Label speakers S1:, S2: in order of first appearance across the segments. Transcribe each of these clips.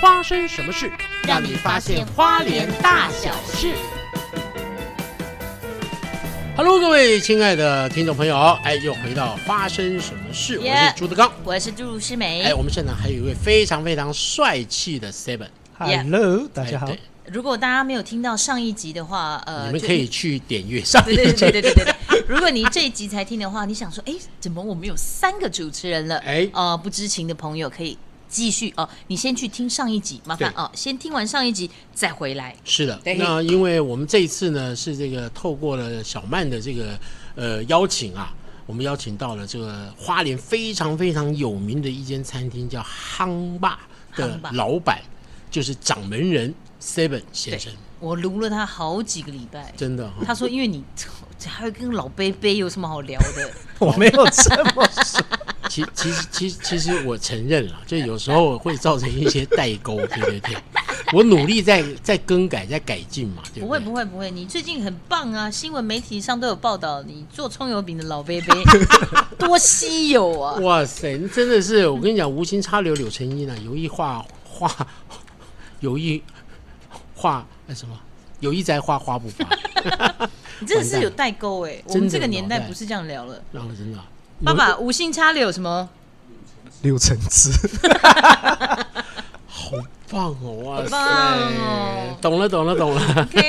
S1: 发生什么事，
S2: 让你发现花莲大小事。
S1: Hello，各位亲爱的听众朋友，哎，又回到发生什么事，我是
S2: Yeah
S1: 朱德刚。
S2: 我是朱诗
S1: 哎，
S2: 梅。
S1: 我们现场还有一位非常非常帅气的 Seven，
S2: Yeah
S3: Hello，大
S1: 哎
S3: 家好。
S1: 对
S2: 如果大家没有听到上一集的话，呃，
S1: 你们
S2: 就
S1: 可以。去点阅上
S2: 对
S1: 一
S2: 对对
S1: 集。
S2: 对对对对。如果你这一集才听的话，你想说，哎，怎么我们有三个主持人了？
S1: 哎
S2: 呃，不知情的朋友可以继续哦、你先去听上一集，麻烦
S1: 对
S2: 哦、先听完上一集再回来。
S1: 是的，
S2: 对
S1: 那因为我们这一次呢是这个透过了小曼的这个呃邀请啊，我们邀请到了这个花莲非常非常有名的一间餐厅叫夯爸的
S2: 夯爸
S1: 老板，就是掌门人 Seven 先生，
S2: 我撸了他好几个礼拜，
S1: 真的哦哈、
S2: 他说因为你还会跟老贝贝有什么好聊 的？
S3: 我没有这么说，
S1: 其其实其实其实我承认了，就有时候会造成一些代沟，对对对，我努力在在更改在改进嘛，对
S2: 不
S1: 不
S2: 会
S1: 对？
S2: 不会不会，你最近很棒啊！新闻媒体上都有报道，你做葱油饼的老 贝贝多稀有啊！
S1: 哇塞，那真的是我跟你讲，无心插柳柳成荫啊，有意画画， 有意画那什么，有意栽花花不 发，
S2: 你真的
S1: 完蛋
S2: 是有代沟哎、
S1: 的
S2: 我们这个年代
S1: 有脑袋
S2: 不是这样聊了。
S1: 然后真的啊、
S2: 爸爸无心插柳 什么？
S3: 柳橙汁。
S1: 好棒哦，哇
S2: 好
S1: 塞，
S2: 棒哦
S1: 懂了懂了懂了。
S2: OK，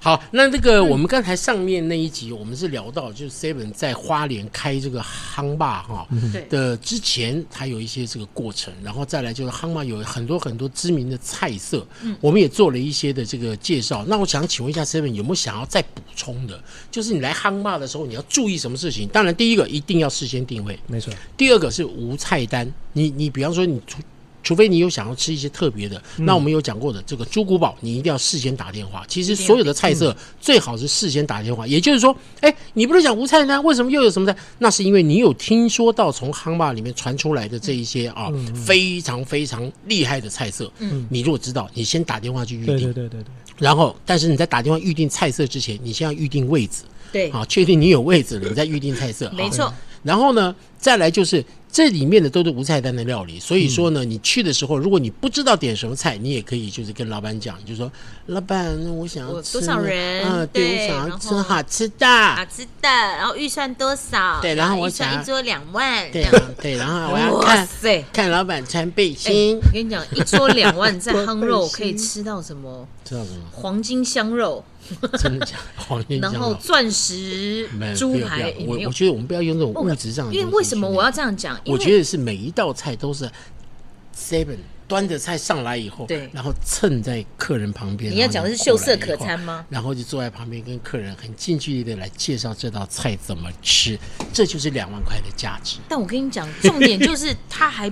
S1: 好，那那个我们刚才上面那一集，我们是聊到就是 Seven 在花莲开这个夯霸哈
S2: 对
S1: 的之前，它有一些这个过程，然后再来就是夯霸有很多很多知名的菜色，我们也做了一些的这个介绍。那我想请问一下 Seven 有没有想要再补充的？就是你来夯霸的时候，你要注意什么事情？当然，第一个一定要事先定位，
S3: 没错，
S1: 第二个是无菜单，你你比方说你除除非你有想要吃一些特别的，
S3: 嗯
S1: 那我们有讲过的这个猪骨堡，你一定要事先打电话。其实所有的菜色
S3: 嗯
S1: 最好是事先打电话，也就是说，哎，你不是讲无菜单，为什么又有什么菜？那是因为你有听说到从夯霸里面传出来的这一
S3: 嗯
S1: 些啊、非常非常厉害的菜色，你如果知道，你先打电话去预
S3: 对
S1: 定
S3: 对，对对对，
S1: 然后但是你在打电话预定菜色之前，你先要预定位置。
S2: 对，
S1: 啊，确定你有位置了，你再预定菜色。
S2: 没
S1: 啊
S2: 错。
S1: 然后呢，再来就是这里面的都是无菜单的料理，所以说
S2: 嗯
S1: 呢，你去的时候，如果你不知道点什么菜，你也可以就是跟老板讲，你就说老板，我想要
S2: 我
S1: 吃
S2: 多少人
S1: 啊，对，我
S2: 对
S1: 想要
S2: 然
S1: 吃
S2: 后
S1: 好吃的
S2: 好，吃的，然后预算多少？
S1: 对然后我
S2: 预算
S1: 想要
S2: 一桌两万，
S1: 对
S2: 这
S1: 啊
S2: 样，
S1: 对，然后我要
S2: 哇
S1: 看
S2: 塞！
S1: 看老板穿背
S2: 哎
S1: 心，
S2: 我跟你讲，一桌两万在
S3: 多
S2: 夯肉
S3: 开心
S2: 可以吃到什么？
S1: 知道什么？
S2: 黄金香肉，
S1: 真的假的？ 黄金
S2: 然
S1: 香
S2: 后
S1: 肉。
S2: 钻石
S1: 没有
S2: 猪
S1: 不要不
S2: 排，
S1: 要
S2: 也
S1: 我
S2: 没有
S1: 我觉得我们不要用这种物质上的。
S2: 因为为什么我要？这样讲？因
S1: 我
S2: 为
S1: 觉得是每一道菜都是 seven 端着菜上来以后，
S2: 对
S1: 然后蹭在客人旁边。
S2: 你要
S1: 然后
S2: 讲的是
S1: 过
S2: 秀
S1: 来
S2: 色
S1: 以
S2: 可
S1: 后
S2: 餐吗？
S1: 然后就坐在旁边跟客人很近距离的来介绍这道菜怎么吃，这就是两万块的价值。
S2: 但我跟你讲，重点就是他还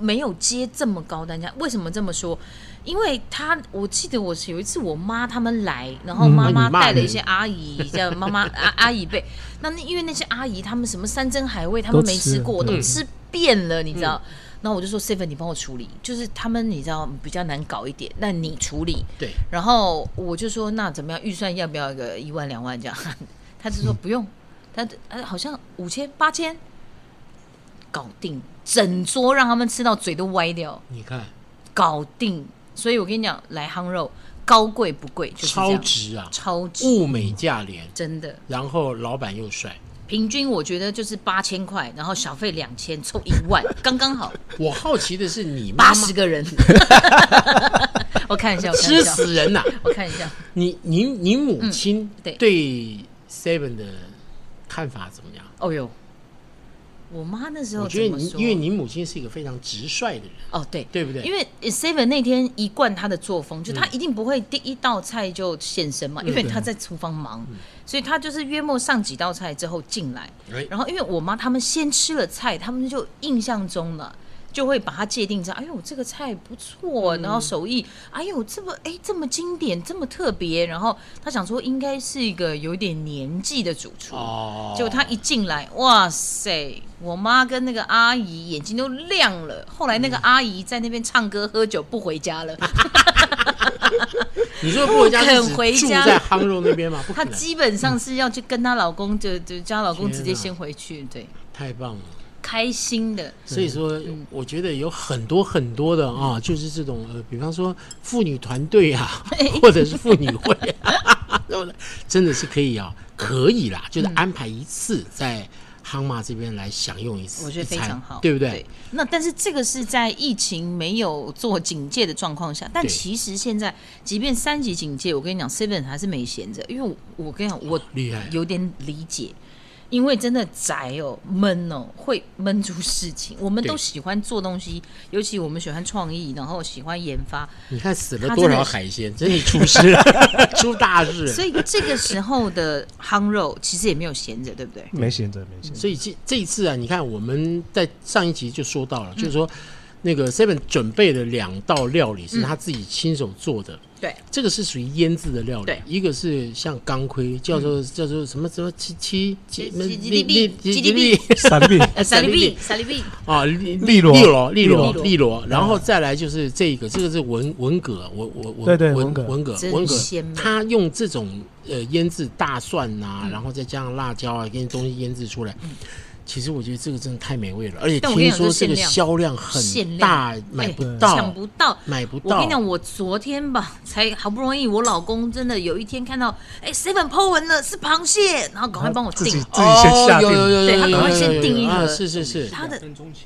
S2: 没有接这么高单价。为什么这么说？因为他，我记得我是有一次我妈他们来，然后妈
S1: 那
S2: 妈
S1: 嗯你骂
S2: 带了一
S1: 人
S2: 些阿姨，叫妈 妈阿阿姨辈。那那因为那些啊阿姨他们什么山珍海味，他们
S3: 都
S2: 没
S3: 吃
S2: 吃过，我都
S1: 嗯
S2: 吃遍了，你知道。然后我就说 Seven，你帮我处理，就是他们你知道比较难搞一点，那你处理。
S1: 对，
S2: 然后我就说那怎么样？预算要不要个一万两万这样？ 他就说
S1: 嗯
S2: 不用，他呃好像五千八千搞定，整桌让他们吃到嘴都歪掉，
S1: 你看
S2: 搞定。所以我跟你讲，来夯肉高贵不贵，就是这
S1: 超
S2: 样，
S1: 值啊，
S2: 超值，
S1: 物美价廉，
S2: 真的。
S1: 然后老板又帅。
S2: 平均我觉得就是八千块，然后小费两千，凑一 万，刚刚好，
S1: 我好奇的是你妈
S2: 八
S1: 妈
S2: 十个人。 我看一下，我看一
S1: 吃
S2: 下，
S1: 死人呐、
S2: 我看一下。
S1: 你你你母亲
S2: 嗯对
S1: 对 seven 的看法怎么样？
S2: 哦呦，我妈那时候
S1: 我觉得
S2: 怎么
S1: 你
S2: 说？
S1: 因为你母亲是一个非常直率的人，
S2: 哦，对
S1: 对不对嗯
S2: 因为 Seven 那天一贯他的作风，就他一定不会第一道菜就现身嘛，因为他在厨房忙，
S1: 嗯
S2: 所以他就是约莫上几道菜之后进来，
S1: 哎
S2: 然后因为我妈他们先吃了菜，他们就印象中了。就会把它界定成，哎呦，这个菜不错，
S1: 嗯
S2: 然后手艺，哎呦，这么哎这么经典，这么特别，然后他想说应该是一个有点年纪的主厨，
S1: 哦
S2: 结果他一进来，哇塞！我妈跟那个阿姨眼睛都亮了。后来那个阿姨在那边唱歌喝酒不回 家了，
S1: 你说不回家是
S2: 不
S1: 指
S2: 肯回
S1: 住
S2: 家
S1: 在杭州那边 吗？不可
S2: 她
S1: 能，
S2: 基本上是要去跟她老公，就就叫她老公
S1: 天啊
S2: 直接先回去。对，
S1: 太棒了！
S2: 开心的，
S1: 所以说，我觉得有很多很多的啊，就是这种呃，比方说妇女团队啊，
S2: 哎
S1: 或者是妇女会、啊， 对不对？真的是可以啊，可以啦，就是
S2: 嗯
S1: 安排一次在夯妈这边来享用一次，
S2: 我觉得非常好，
S1: 一餐对不
S2: 对？
S1: 对？
S2: 那但是这个是在疫情没有做警戒的状况下，但
S1: 对
S2: 其实现在即便三级警戒，我跟你讲，Seven 还是没闲着，因为我我跟你讲，我
S1: 厉害
S2: 有点理解。因为真的宅哦，闷哦，会闷出事情。我们
S1: 对
S2: 都喜欢做东西，尤其我们喜欢创意，然后喜欢研发。
S1: 你看死了
S2: 他
S1: 多
S2: 真的
S1: 少
S2: 是
S1: 海鲜，真的出事了， 出大事了。
S2: 所以这个时候的夯肉其实也没有闲着，对不对？
S3: 没闲着，没闲着。
S1: 所以这这一次啊，你看我们在上一集就说到了，
S2: 嗯
S1: 就是说那个 Seven 准备了两道料理是他自己亲手做的，
S2: 对，
S1: 这个是属于腌制的料理
S2: 嗯对，
S1: 一个是像钢盔，叫做叫做什么什么七七七
S2: 吉呃吉
S1: 利
S2: 利
S1: 利
S2: 利
S1: 吉
S2: 吉
S1: 利
S2: 利
S1: 利
S2: 利
S3: 三病
S1: 呃
S2: 萨利
S1: 利
S2: 比，萨利比，
S1: 啊，利
S3: 利罗
S1: 利罗利罗
S3: 利
S2: 罗
S1: 利罗，然后再来就是这个，这个是文文革，我我我
S3: 对对
S1: 文
S3: 文革
S1: 文革
S2: 真
S1: 文革
S2: 鲜美，
S1: 他用这种呃腌制大蒜呐、然后再加上辣椒啊，给你东西腌制出来。其实我觉得这个真的太美味了，而且
S2: 但我跟你
S1: 听
S2: 讲
S1: 说
S2: 这
S1: 这个
S2: 限量
S1: 销量很
S2: 限量哎
S1: 大，买不
S3: 对
S1: 到
S2: 抢，不到。
S1: 买不
S2: 我跟
S1: 到
S2: 你。讲，我昨天吧，才好不容易，我老公真的有一天看到，哎，seven 抛文了，是螃蟹，然后赶快帮我
S3: 自己
S2: 订。
S3: 自己先下
S1: 有
S3: 定，
S1: 哦有有有
S2: 对他
S1: 有
S2: 赶快
S1: 有
S2: 先
S1: 有
S2: 订
S1: 有
S2: 一
S1: 啊
S2: 盒
S1: 是是是，
S2: 他的
S4: 两分钟前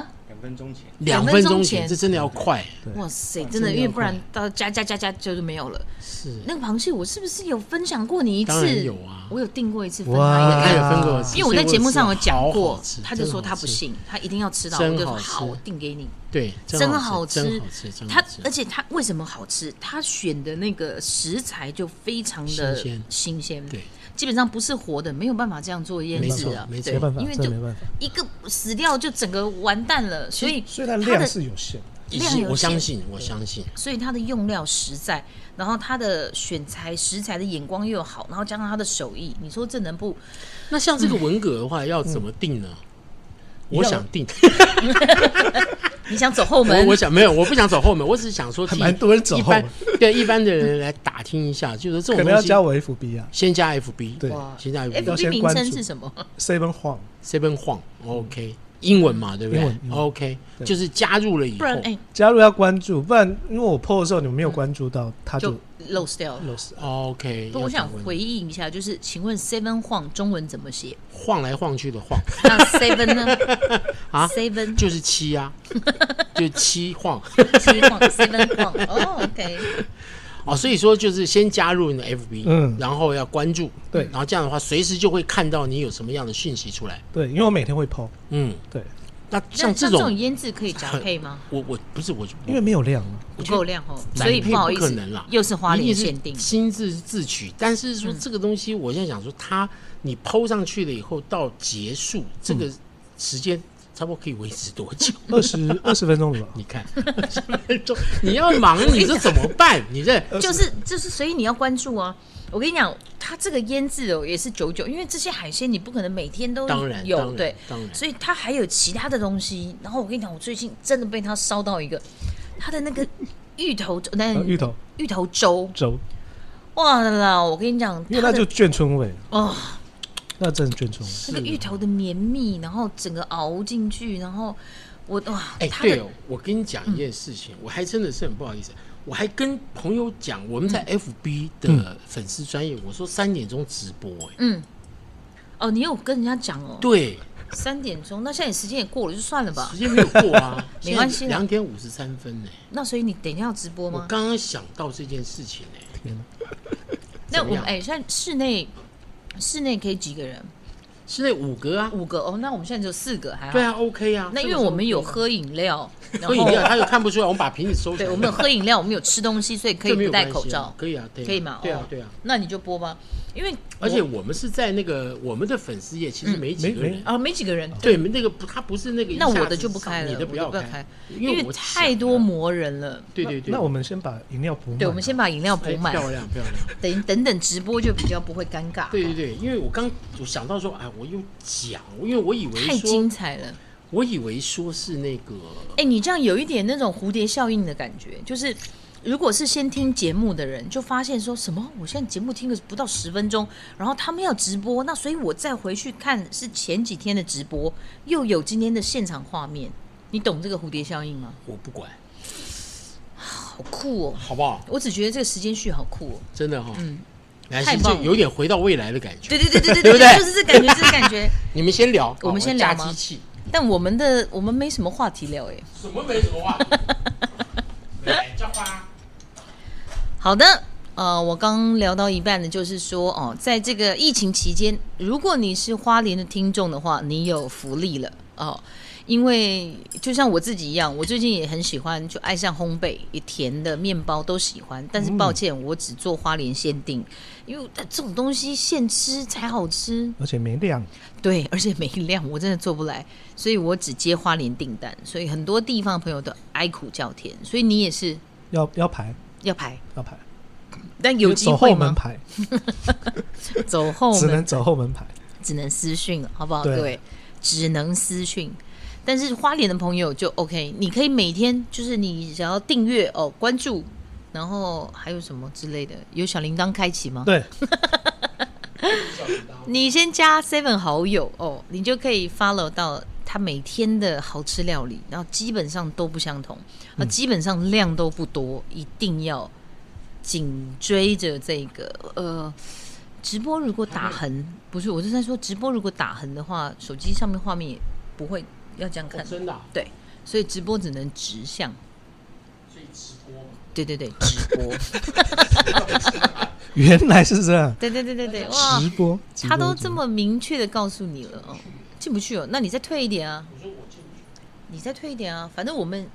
S2: 啊，
S4: 两分钟前，
S1: 两
S2: 分
S1: 分
S2: 钟
S1: 钟
S2: 前
S1: 前这真的要快，
S2: 哇塞，真的，因为不然到加加加加就是没有了。
S1: 是
S2: 那个螃蟹，我是不是有分享过你一次？
S1: 当然有啊
S2: 我有订过一次分
S3: 哇
S2: 他
S1: 他
S2: 一
S1: 有
S2: 个，
S1: 分给我吃，
S2: 因为我在节目上有讲
S1: 所以我
S2: 过
S1: 吃好好吃，
S2: 他就
S1: 真好
S2: 说他不
S1: 吃
S2: 信，他一真好吃他一
S1: 真
S2: 定要吃到，我就说
S1: 好吃
S2: 好，我订给你。
S1: 对，
S2: 真
S1: 好
S2: 好
S1: 真
S2: 吃
S1: 好吃，真好
S2: 它
S1: 吃。
S2: 而且它为什么好吃？它选的那个食材就非常的
S1: 新鲜
S2: 新鲜，
S1: 对，
S2: 基本上不是活的，没有办法这样做腌制啊，
S1: 没错
S2: 对
S1: 没
S3: 没办法，
S2: 因为
S3: 真
S2: 就
S3: 的没办法。
S2: 一个死掉就整个完蛋了，所以
S3: 虽然
S2: 它
S3: 量
S2: 的
S3: 是有限的，
S1: 以
S2: 量
S1: 及
S2: 有
S1: 我相
S2: 限
S1: 信，我相信，
S3: 嗯
S2: 所以它的用料实在，然后它的选材食材的眼光又好，然后加上他的手艺，你说这能不？
S1: 那像这个文革的话，要怎么定呢？
S3: 嗯
S1: 我想 定，
S2: 你想走后
S1: 我
S2: 门？
S1: 我想没有，我不想走后门，我只是想说，
S3: 还蛮多人走
S1: 一
S3: 后门
S1: 般 对一般的人来打听一下，就是这
S3: 可
S1: 种
S3: 能要
S1: 东西
S3: 加，我 FB 啊
S1: 先加 FB，
S3: 对
S2: 哇
S1: 先加
S2: F
S3: 要
S2: B
S3: 先
S2: 名
S3: 关
S2: 称
S3: 注哦
S2: 是什么？
S3: ，Seven 晃，
S1: ，Seven 晃，OK，英文嘛，对不
S3: 嗯英
S1: 对
S3: 文英文
S1: ？OK，
S3: 对
S1: 就是加入了以
S2: 不
S1: 后
S2: 然，哎、
S3: 加入要关注，不然因为我 PO 的时候你们没有关注到，他就
S2: 就 lose 掉了。
S3: 漏死。
S1: ，OK，
S2: 不，我
S1: 要
S2: 想
S1: 讲文
S2: 回应一下，就是请问 Seven 晃中文怎么写？
S1: 晃来晃去的晃，
S2: 那 Seven 呢？
S1: 啊
S2: ，Seven
S1: 就是七 啊，就七晃
S2: 七晃 Seven 晃哦，OK，
S1: 哦，所以说就是先加入你的 FB，
S3: 嗯
S1: 然后要关注，
S3: 对
S1: 然后这样的话，随时就会看到你有什么样的讯息出来，
S3: 对，因为我每天会 PO，
S1: 嗯。
S2: 哦
S3: 对，
S1: 那
S2: 那
S1: 像
S2: 这
S1: 这种
S2: 种，腌制可以加配吗？
S1: 我我不是我，
S3: 因为没有量啊，
S2: 不够量哦，
S1: 懒
S2: 所以
S1: 配
S2: 不好意
S1: 不可
S2: 思
S1: 能啦，
S2: 又是花
S1: 一定
S2: 莲
S1: 是
S2: 限定。嗯
S1: 亲自自取。但是说这个东西，我现在想说，它你抛上去了以后，到结束这
S3: 嗯
S1: 个时间，差不多可以维持多 久？
S3: 二十 二十分钟了吧？
S2: 嗯
S1: 你看， 你要忙，你这怎么办？你这
S2: 就是就是，所以你要关注啊！我跟你讲，它这个腌制哦也是久久，因为这些海鲜你不可能每天都
S1: 当然当
S2: 有
S1: 然
S2: 对，
S1: 当然
S2: 所以它还有其他的东西。然后我跟你讲，我最近真的被它烧到一个，它的那个芋头 粥，那
S3: 呃芋头
S2: 芋头粥，
S3: 粥，
S2: 哇啦！我跟你讲，
S3: 因为
S2: 它
S3: 那就
S2: 的
S3: 眷村味，
S2: 哦，
S3: 那真的眷村味。
S2: 那个芋头的绵密，然后整个熬进去，然后我哇，
S1: 哎，
S2: 它
S1: 对
S2: 的嗯
S1: 哦，我跟你讲一件事情，我还真的是很不好意思，我还跟朋友讲，我们在
S2: 嗯
S1: FB 的粉丝专业，我说三点钟直播，哎，
S2: 嗯，哦，你有跟人家讲哦，
S1: 对，
S2: 三点钟，那现在时间也过了，就算了吧
S1: 时。间没有过啊，
S2: 没关系啦
S1: 两点五十三分呢、
S2: 那所以你等一下要直播
S1: 我
S2: 吗？
S1: 刚刚想到这件事情呢、哎
S2: 那
S1: 怎么
S2: 我们
S1: 样
S2: 哎、现在室内室内可以几个人？
S1: 室内五格啊，
S2: 五个哦，那我们现在只有四个，还好。
S1: 对啊，OK 啊。
S2: 那因为
S1: 这个是
S2: 我们有喝 饮料，然
S1: 喝饮料，
S2: 后
S1: 他又看不出来，我们把瓶子收起来。
S2: 对，我们有喝饮料，我们有吃东西，所以可以
S1: 这没
S2: 不
S1: 有
S2: 戴
S1: 关系啊
S2: 口罩，
S1: 可以啊，对啊
S2: 可以吗？
S1: 对啊
S2: 哦，
S1: 对啊。
S2: 那你就播吧，因为
S1: 而且
S2: 我
S1: 我们是在那个我们的粉丝页，其实没几个
S3: 没
S1: 人
S3: 没。
S2: 啊没几个人，
S1: 对，那个不，他不是那个一下
S2: 那
S1: 子上。
S2: 我的就不开了，
S1: 你的
S2: 我
S1: 要
S2: 就不要开，
S1: 因
S2: 因为
S1: 我
S2: 太
S1: 想啊
S2: 多
S1: 了。
S2: 魔人了。
S1: 对对对，
S3: 那我们先把饮料补满啊。
S2: 对，我们先把饮料补
S1: 哎
S2: 满，
S1: 漂亮漂亮。
S2: 等等等直播就比较不会尴尬。
S1: 对对对，因为我刚我想到说，哎，我又讲，因为我以为
S2: 太
S1: 说
S2: 精，彩了！
S1: 我以为说是那个
S2: 哎、你这样有一点那种蝴蝶效应的感觉，就是如果是先听节目的人，就发现说什么，我现在节目听个不到十分钟，然后他们要直播，那所以我再回去看是前几天的直播，又有今天的现场画面，你懂这个蝴蝶效应吗？
S1: 我不管，
S2: 好酷哦！
S1: 好不好？
S2: 我只觉得这个时间序好酷哦。
S1: 真的哈、
S2: 嗯，
S1: 来，
S2: 太棒
S1: 就
S2: 了
S1: 有点回到未来的感觉。
S2: 对对对 对对
S1: 对不对
S2: 就是这感觉，这感觉。
S1: 你们先聊，
S2: 我们
S1: 好
S2: 先聊
S1: 加
S2: 吗
S1: 机器，
S2: 但我们的我们没什么话题聊哎。
S1: 什么没什 么话题。来，叫花。
S2: 好的，呃，我刚聊到一半的，就是说哦，在这个疫情期间，如果你是花莲的听众的话，你有福利了哦。因为就像我自己一样，我最近也很喜欢，就爱上烘焙，也甜的面包都喜欢。但是抱歉，我只做花莲限定，因为呃这种东西现吃才好吃。
S3: 而且没量，
S2: 对，而且没量，我真的做不来，所以我只接花莲订单。所以很多地方朋友都哀苦叫甜，所以你也是
S3: 要要排
S2: 要排，
S3: 要排，
S2: 但有机
S3: 走后
S2: 会
S3: 门
S2: 吗？
S3: 排，
S2: 走后
S3: 只
S2: 门
S3: 能走后门排。
S2: 只能私讯了，好不好？
S3: 对
S2: 各位，只能私讯。但是花莲的朋友就 OK，你可以每天就是你只要订阅哦，关注，然后还有什么之类的，有小铃铛开启吗？
S3: 对，
S2: 你先加 Seven 好友哦，你就可以 follow 到他每天的好吃料理，然后基本上都不相同，
S1: 嗯
S2: 啊，基本上量都不多，一定要紧追着这个呃。直播如果打横，
S1: 嗯
S2: 不是，我是在说直播如果打横的话，手机上面画面也不会要这样看，
S1: 真的啊、
S2: 对，所以直播只能直向，
S1: 所以直播嘛
S2: 对对对，直播，
S3: 原来是这样，
S2: 对对对对对，哇，
S3: 直播，直
S2: 啊他
S3: 播
S2: 都
S3: 直
S2: 这
S3: 播
S2: 么明确的告诉你了哦，进不去哦，那你再退一点啊。你再退一点啊，反正我们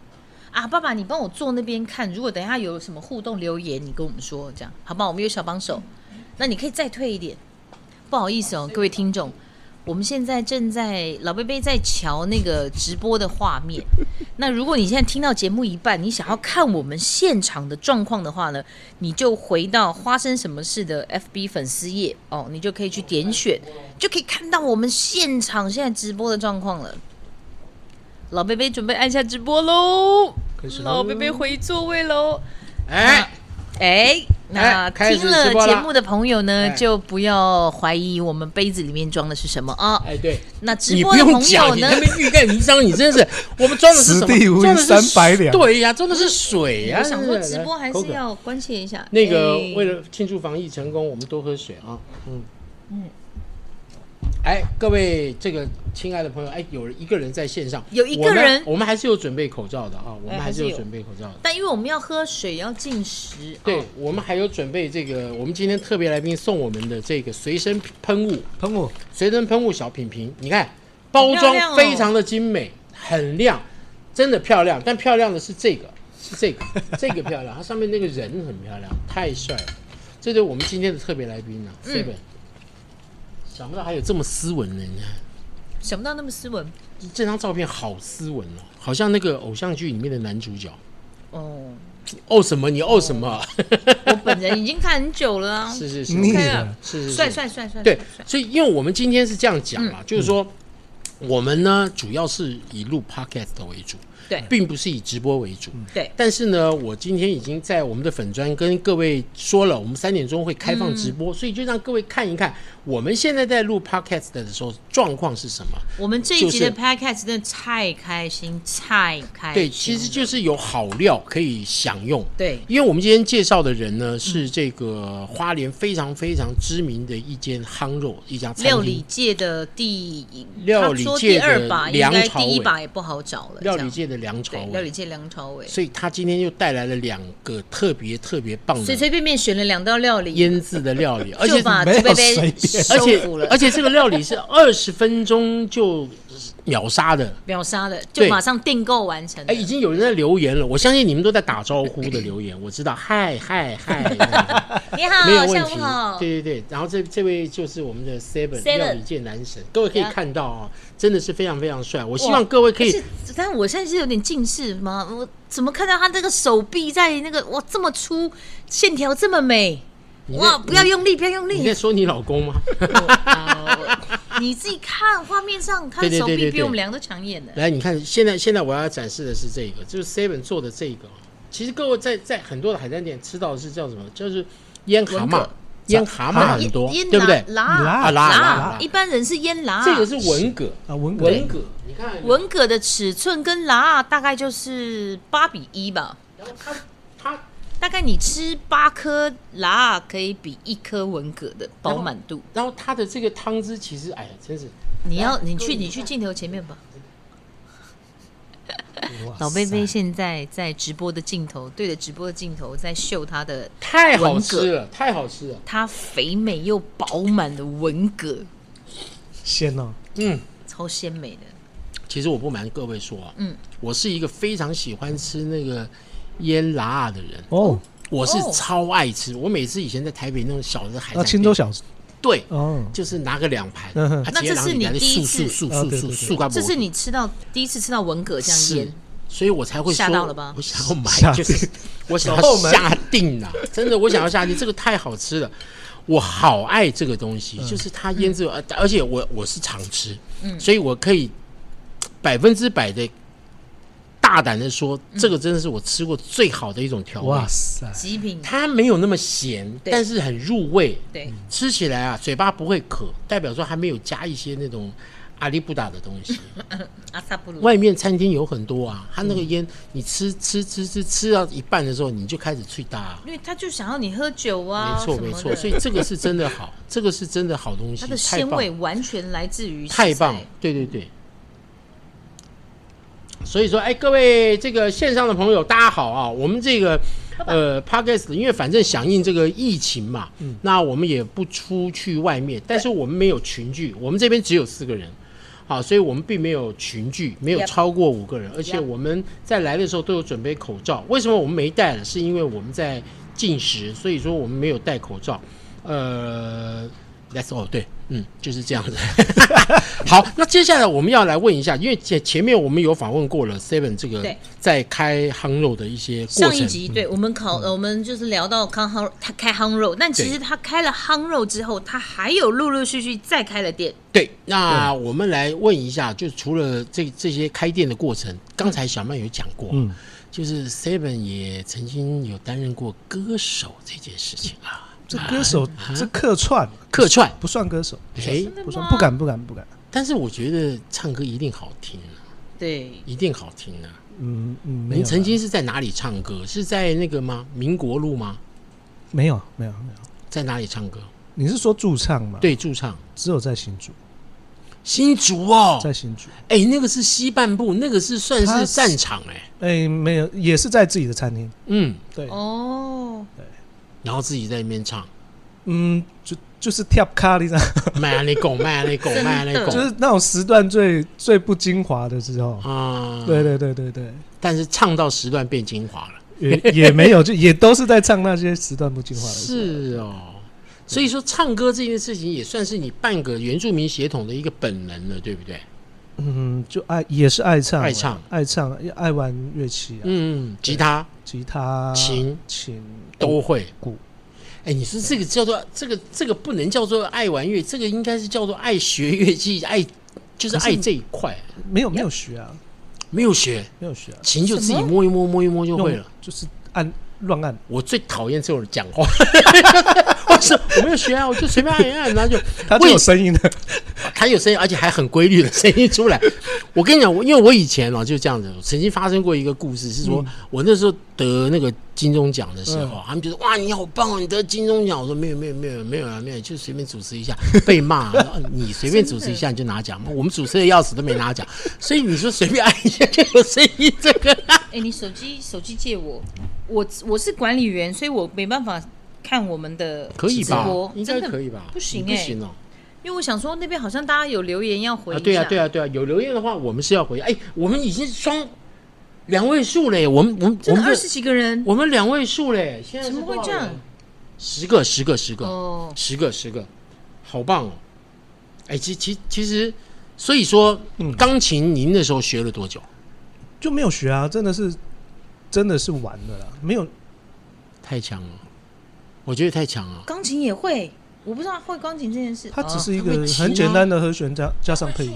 S2: 啊，爸爸，你帮我坐那边看，如果等一下有什么互动留言，你跟我们说，这样好不好？我们有小帮手，那你可以再退一点。不好意思哦，各位听众，我们现在正在老贝贝在瞧那个直播的画面。那如果你现在听到节目一半，你想要看我们现场的状况的话呢，你就回到花生什么事的 FB 粉丝页哦，你就可以去点选，就可以看到我们现场现在直播的状况了。老贝贝准备按下直播喽
S3: 开始，喽
S2: 老贝贝回座位喽。
S1: 哎，
S2: 哎，那
S1: 哎开始
S2: 听了
S1: 直播了
S2: 节目的朋友呢，
S1: 哎
S2: 就不要怀疑我们杯子里面装的是什么啊。
S1: 哎，对，
S2: 那直
S1: 你
S2: 播
S1: 不
S2: 的
S1: 用
S2: 朋友
S1: 讲，你
S2: 呢
S1: 那？边欲盖弥彰，你真的是， 我们装的是什
S3: 此地无
S1: 么？
S3: 银
S1: 装的是
S3: 三百两
S1: 对呀、装的是水呀、
S2: 我想说，直播
S1: 来
S2: 还
S1: 哎口
S2: 是
S1: 渴
S2: 要关切一下。
S1: 那个
S2: 哎
S1: 为了庆祝防疫成功，我们多喝水啊。嗯嗯。哎，各位这个亲爱的朋友，哎，有一个人在线上，
S2: 有一个
S1: 我们
S2: 人
S1: 我们还是有准备口罩的啊，我们还
S2: 哎
S1: 是
S2: 还是
S1: 有
S2: 有
S1: 准备口罩的。
S2: 但因为我们要喝水，要进食，
S1: 对
S2: 哦，
S1: 我们还有准备这个，我们今天特别来宾送我们的这个随身喷雾，
S3: 喷我，
S1: 随身喷雾小瓶瓶，你看包
S2: 好漂亮
S1: 装
S2: 哦
S1: 非常的精美，很亮，真的漂亮。但漂亮的是这个，是这 个，这个漂亮，它上面那个人很漂亮，太帅了。这就是我们今天的特别来宾啊，Seven。想不到还有这么斯文的人，
S2: 想不到那么斯文
S1: 这张照片好斯文哦，好像那个偶像剧里面的男主角。
S2: 哦。
S1: 哦什么？你哦什么？
S2: 我本人已经看很久了 啊，
S1: 是是是
S3: 腻
S1: 是
S3: 了
S2: 了，
S1: 是是，
S2: 帅帅帅帅，
S1: 对
S2: 帅，帅
S1: 所以因为我们今天是这样讲
S2: 嗯
S1: 啦，就是说我们呢主要是以录 podcast 为主，
S2: 对嗯
S1: 并不是以直播为主。
S2: 对，
S1: 但是呢，我今天已经在我们的粉砖跟各位说了，我们三点钟会开放
S2: 嗯
S1: 直播，所以就让各位看一看我们现在在录 podcast 的时候状况是什么。
S2: 我们这一集的
S1: 就
S2: podcast 真的太开心，太开心了。
S1: 对，其实就是有好料可以享用。
S2: 对
S1: 因为我们今天介绍的人呢，
S2: 嗯
S1: 是这个花莲非常非常知名的一间夯肉一家餐厅，
S2: 料理界的第一，
S1: 料理
S2: 他说
S1: 界
S2: 第
S1: 的
S2: 二把，应
S1: 梁
S2: 该
S1: 朝
S2: 第一
S1: 伟
S2: 把也不好找了。
S1: 料
S2: 这
S1: 理
S2: 样
S1: 界的梁朝
S2: 对，
S1: 伟，
S2: 料理界梁朝伟，
S1: 所以他今天又带来了两个特别特别棒
S2: 随
S1: 的
S2: 随便便选了两道料理，
S1: 腌制的料理，而且
S2: 就把
S3: 没有
S2: 朱贝
S3: 随
S2: 贝
S3: 便
S1: 而
S2: 收
S1: 且
S2: 服了
S1: 而，且这个料理是二十分钟就秒杀的。
S2: 秒杀了，
S1: 对
S2: 就马上订购完成了
S1: 哎，。已经有人在留言了，我相信你们都在打招呼的留言，我知道，嗨嗨 嗨，
S2: 你好
S1: 没有，问
S2: 下
S1: 题
S2: 午好，。
S1: 对对对，然后这这位就是我们的 Seven
S2: Seven
S1: 料理界男神，各位可以
S2: 对啊
S1: 看到啊，真的是非常非常帅。我希
S2: 哇
S1: 望各位可以
S2: 是，但我现在是有点近视吗？我怎么看到他这个手臂在那个哇这么粗，线条这么美？
S1: 你在
S2: 哇，不要用力，不要用
S1: 你在
S2: 力！
S1: 说你老公吗？
S2: 哦我你自己看画面上，他的
S1: 对对
S2: 手
S1: 对对对
S2: 臂比我们两个都抢眼的。
S1: 来，你看现在现在我要展示的是这个，就是 Seven 做的这个，其实各位在在很多的海鲜店吃到的是叫什么？就是腌蛤
S2: 文
S1: 蟆
S2: 蛤，
S1: 腌蛤
S3: 啊
S1: 蟆很
S2: 腌
S1: 多，
S2: 腌
S1: 对不对？
S2: 拉
S1: 拉
S3: 拉
S2: 拉
S1: 拉，
S2: 一般人是腌拉。
S1: 这个是文蛤，
S3: 啊，文革
S1: 文蛤，你看
S2: 文蛤的尺寸跟拉大概就是八比一吧，
S1: 然后它它
S2: 大概你吃八颗拉可以比一颗文蛤的饱满度。
S1: 然后它的这个汤汁其实，哎呀，真是
S2: 你要
S1: 来
S2: 你
S1: 各位
S2: 去你
S1: 你
S2: 去
S1: 看
S2: 镜头前面吧。
S3: 哇
S2: 老贝贝
S3: 塞
S2: 现在在直播的镜头，对着直播的镜头在秀他的
S1: 太好
S2: 文
S1: 吃
S2: 蛤，
S1: 了，太好吃了。
S2: 他肥美又饱满的文蛤，
S3: 鲜哦，
S1: 嗯，
S2: 超鲜美的。
S1: 其实我不瞒各位说啊，
S2: 嗯，
S1: 我是一个非常喜欢吃那个腌拉的人，
S3: 哦，
S1: 我是
S2: 哦
S1: 超爱吃。我每次以前在台北那种小的海
S3: 那
S1: 产
S3: 啊青
S1: 店，
S3: 州小吃
S1: 对，
S3: 哦，
S1: 就是拿个两盘，
S3: 嗯哼
S1: 啊
S2: 那
S1: 直接
S2: 这
S1: 让
S2: 是
S1: 你
S2: 你
S1: 来
S2: 第一
S1: 速速
S2: 次
S1: 速
S3: 啊
S1: 速
S3: 对
S1: 速
S3: 对
S1: 速干
S2: 这是
S1: 博
S2: 你吃到第一次吃到文蛤这样
S1: 是
S2: 腌，，
S1: 所以我才会
S2: 吓
S1: 说
S2: 到了吧
S1: 我想要买，
S3: 吓
S1: 就是我想
S3: 走
S1: 要
S3: 后门
S1: 下定啊！真的，我想要下定，这个太好吃了。我好爱这个东西，就是它腌制，而而且我我是常吃，所以我可以百分之百的大胆的说，这个真的是我吃过最好的一种调味
S3: 哇。塞，
S2: 极品。
S1: 它没有那么咸，
S2: 对
S1: 但是很入味，
S2: 对，
S1: 吃起来啊，嘴巴不会渴，代表说还没有加一些那种阿里不达的东西。
S2: 阿萨布鲁，
S1: 外面餐厅有很多啊，它那个烟，你吃 吃吃吃吃到一半的时候，你就开始脆大、啊。
S2: 因为他就想要你喝酒啊，
S1: 没错
S2: 什么
S1: 没
S2: 的
S1: 错，所以这个是真的好，这个是真的好东西
S2: 它的，
S1: 太
S2: 鲜
S1: 棒
S2: 味，完全来自于
S1: 太
S2: 食材
S1: 棒，对对对。所以说，哎，各位这个线上的朋友，大家好啊！我们这个呃 podcast，因为反正响应这个疫情嘛，
S2: 嗯
S1: 那我们也不出去外面，但是我们没有群聚，我们这边只有四个人，好，所以我们并没有群聚，没有
S2: Yep
S1: 超过五个人，而且
S2: Yep
S1: 我们在来的时候都有准备口罩。为什么我们没戴了？是因为我们在进食，所以说我们没有戴口罩。呃，That's all，对，嗯，就是这样子。 好，那接下来我们要来问一下，因为前前面我们有访问过了 Seven 这个
S2: 对
S1: 在开夯肉的一些过
S2: 上一
S1: 程。嗯
S2: 集对我们烤，呃我们就是聊到康夯，他开夯肉，但其实他开了夯肉之后，他还有陆陆续续再开了店，
S1: 对，那我们来问一下，就除了这这些开店的过
S2: 嗯
S1: 程，刚才小曼有讲过，
S3: 嗯，
S1: 就是 Seven 也曾经有担任过歌手这件事情啊，
S3: 这歌手
S2: 啊
S3: 这客串
S1: 客串，
S3: 不算歌手，不算
S1: 哎
S3: 不算，不敢不敢不敢，
S1: 但是我觉得唱歌一定好听啊，
S2: 对，
S1: 一定好听啊。
S3: 嗯嗯，没
S1: 您
S3: 有啦
S1: 曾经是在哪里唱歌？是在那个吗？民国路吗？
S3: 没有没有没有，
S1: 在哪里唱歌？
S3: 你是说驻唱吗？，
S1: 对，驻唱
S3: 只有在新竹，
S1: 新竹哦，
S3: 在新竹，
S1: 哎、那个是西半部，那个是算
S3: 它
S1: 是
S3: 是
S1: 战场哎、
S3: 哎，没有，也是在自己的餐厅，
S1: 嗯，
S3: 对，
S2: 哦，
S1: 然后自己在那边 唱，
S3: 嗯，就就是跳咖喱这样。
S1: 卖安利狗，卖安利狗，
S2: 真的
S1: 卖安利狗，
S3: 就是那种时段最最不精华的时候。
S1: 啊，
S3: 对，对对对对，
S1: 但是唱到时段变精华了，
S3: 也 也没有，就也都是在唱那些时段不精华的时候。
S1: 是哦。所以说，唱歌这件事情也算是你半个原住民血统的一个本能了，对不对？
S3: 嗯，就爱也是爱唱啊，
S1: 爱唱
S3: 爱唱，也爱玩乐器啊，
S1: 嗯，吉他
S3: 吉他、
S1: 琴
S3: 琴
S1: 都会
S3: 鼓。
S1: 哎，你说这个叫做这个这个不能叫做爱玩乐，这个应该是叫做爱学乐器，爱就是爱这一块，
S3: 没有没有学啊，
S1: 没有学
S3: 没有学啊，
S1: 琴就自己
S2: 什么
S1: 摸一摸摸一摸就会
S3: 用
S1: 了。
S3: 就是按乱按。
S1: 我最讨厌这种人讲话， 我说我没有学啊，我就随便按一按，然后就
S3: 它就有声音的，
S1: 还有声音，而且还很规律的声音出来。我跟你讲，我因为我以前哦、就这样子，曾经发生过一个故事，是说、我那时候得那个金钟奖的时候，他们就说哇你好棒哦，你得金钟奖。我说没有没有没有没有啊没有，就随便主持一下，被骂。然后你随便主持一下你就拿奖嘛，我们主持的要死都没拿奖，所以你说随便按一下就有声音，这个
S2: 哎，你手机手机借我，我我是管理员，所以我没办法看我们的
S1: 可以
S2: 直
S1: 吧
S2: 播？
S1: 应该
S2: 真的
S1: 可以吧？
S2: 不行
S1: 你
S2: 哎、
S1: 不行哦、
S2: 因为我想说那边好像大家有留言要回一
S1: 啊，
S2: 下，
S1: 对啊，对啊，对啊，有留言的话，我们是要回。哎，我们已经双两位数嘞，我们我们我
S2: 真的
S1: 们
S2: 二
S1: 的
S2: 十几个人，
S1: 我们两位数嘞，现在
S2: 怎
S1: 是
S2: 么会
S1: 多少
S2: 这样
S1: 人？十个，十个，十个，
S2: 哦，
S1: 十个，十个，好棒哦！哎，其其其实，所以说，
S3: 嗯
S1: 钢琴您那时候学了多久？
S3: 就没有学啊，真的是真的是玩的啦，没有
S1: 太强了，我觉得太强了。
S2: 钢琴也会，我不知道会钢琴这件事，
S3: 它只
S2: 哦
S3: 是一
S1: 哦它
S3: 个
S1: 会骑啊
S3: 很简单的和弦加加上配乐。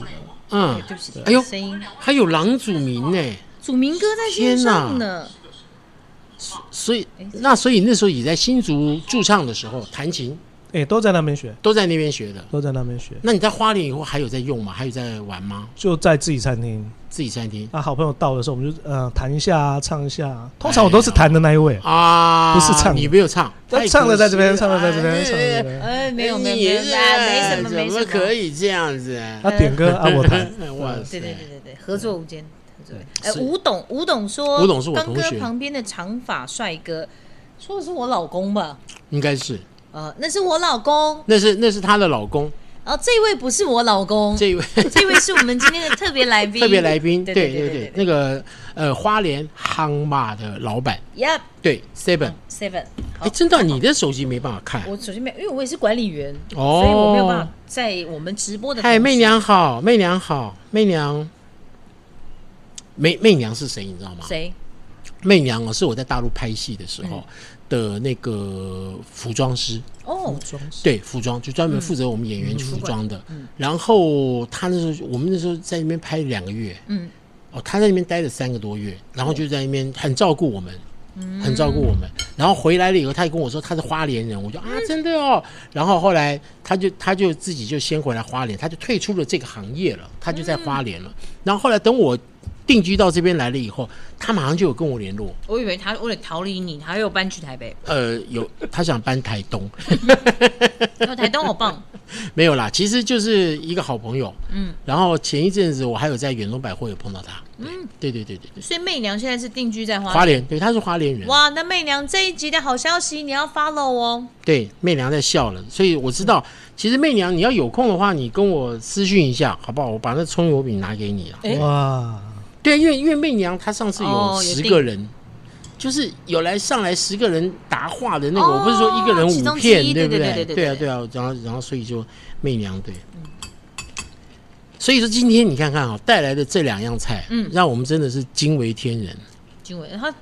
S1: 嗯
S2: 对，对不起，
S1: 哎呦
S2: 声音。
S1: 还有郎祖明呢，
S2: 祖明哥在线上呢，
S1: 所所以
S2: 哎
S1: 那所以那时候也在新竹驻唱的时候，弹琴
S3: 哎、都在那边学，
S1: 都在那边学的。
S3: 都在那边学，
S1: 那你在花莲以后还有在用吗？还有在玩吗？
S3: 就在自己餐厅。
S1: 自己餐厅
S3: 啊，好朋友到的时候，我们就呃弹一下、啊，唱一下、啊。通常我都是弹的那一位，
S1: 啊？
S3: 不是唱的
S1: 你没有唱，
S3: 那
S1: 太
S3: 唱的
S1: 可
S3: 在这边，
S1: 惜
S3: 唱
S1: 了
S3: 的在这
S1: 哎
S3: 边，唱的在这边。
S2: 哎，没有
S1: 哎
S2: 没有
S1: 你
S2: 没有，啊没什么
S1: 这
S2: 没什
S1: 怎么可
S2: 以？
S1: 以这样子？嗯
S3: 啊，点歌啊，我弹。
S1: 哇塞！
S2: 对对对对对，合作无间。合作无间
S1: 对
S2: 哎，
S1: 是
S2: 吴董，吴董说，
S1: 吴董是我同
S2: 刚
S1: 学
S2: 哥旁边的长发帅哥，说的是我老公吧？
S1: 应该是，
S2: 呃，那是我老公，
S1: 那是那是她的老公，
S2: 然后这位不是我老公，
S1: 这一 位
S2: 这位是我们今天的特别来 宾，
S1: 特别来宾，
S2: 对
S1: 对
S2: 对对
S1: 对，那个呃花莲夯马的老板，
S2: y e p
S1: 对 Seven，
S2: Seven，好
S1: 哎，，真的，你的手机没办法看。
S2: 我首先没有，因为我也是管理员，
S1: 哦
S2: 所以我没有办法在我们直播的同
S1: 嗨，
S2: 时
S1: 媚，娘好，媚娘好，媚娘，媚媚娘是谁？你知道吗？
S2: 谁？嗯
S1: 媚娘哦，是我在大陆拍戏的时候的那个服装师，
S2: 哦，
S1: 对，服装就专门负责我们演员服装的。
S2: 嗯
S1: 然后他那时候，我们那时候在那边拍了两个月，
S2: 嗯，
S1: 哦，他在那边待了三个多月，然后就在那边很照顾我们。
S2: 嗯
S1: 很照顾我们，然后回来了以后，他也跟我说他是花莲人，我就啊
S2: 嗯
S1: 真的哦。然后后来他就他就自己就先回来花莲，他就退出了这个行业了，他就在
S2: 嗯
S1: 花莲了。然后后来等我定居到这边来了以后，他马上就有跟我联络，
S2: 我以为他为了逃离你，他又搬去台北，
S1: 呃，有他想搬台东，
S2: 哦台东好棒，
S1: 没有啦，其实就是一个好朋友。
S2: 嗯，
S1: 然后前一阵子我还有在远东百货有碰到他。嗯，对对对对对，
S2: 所以媚娘现在是定居在花
S1: 花莲，对，他是花莲人。
S2: 哇，那媚娘这一集的好消息你要 follow 哦。
S1: 对，媚娘在笑了，所以我知道，其实媚娘你要有空的话，你跟我私讯一下，好不好？我把那葱油饼拿给你啊。
S2: 哎
S3: 哇，
S1: 对，因为因为媚娘她上次
S2: 哦
S1: 有
S2: 有
S1: 十
S2: 订
S1: 个人。就是有来上来十个人答话的那个，
S2: 哦
S1: 我不是说一个人
S2: 其
S1: 五
S2: 中之
S1: 片，
S2: 一
S1: 对不
S2: 对对对对对
S1: 对啊，对啊，然后然后所以就媚娘对，所以说今天你看看啊、带来的这两样菜，
S2: 嗯啊
S1: 让我们真的是惊为天人。
S2: 经纬，他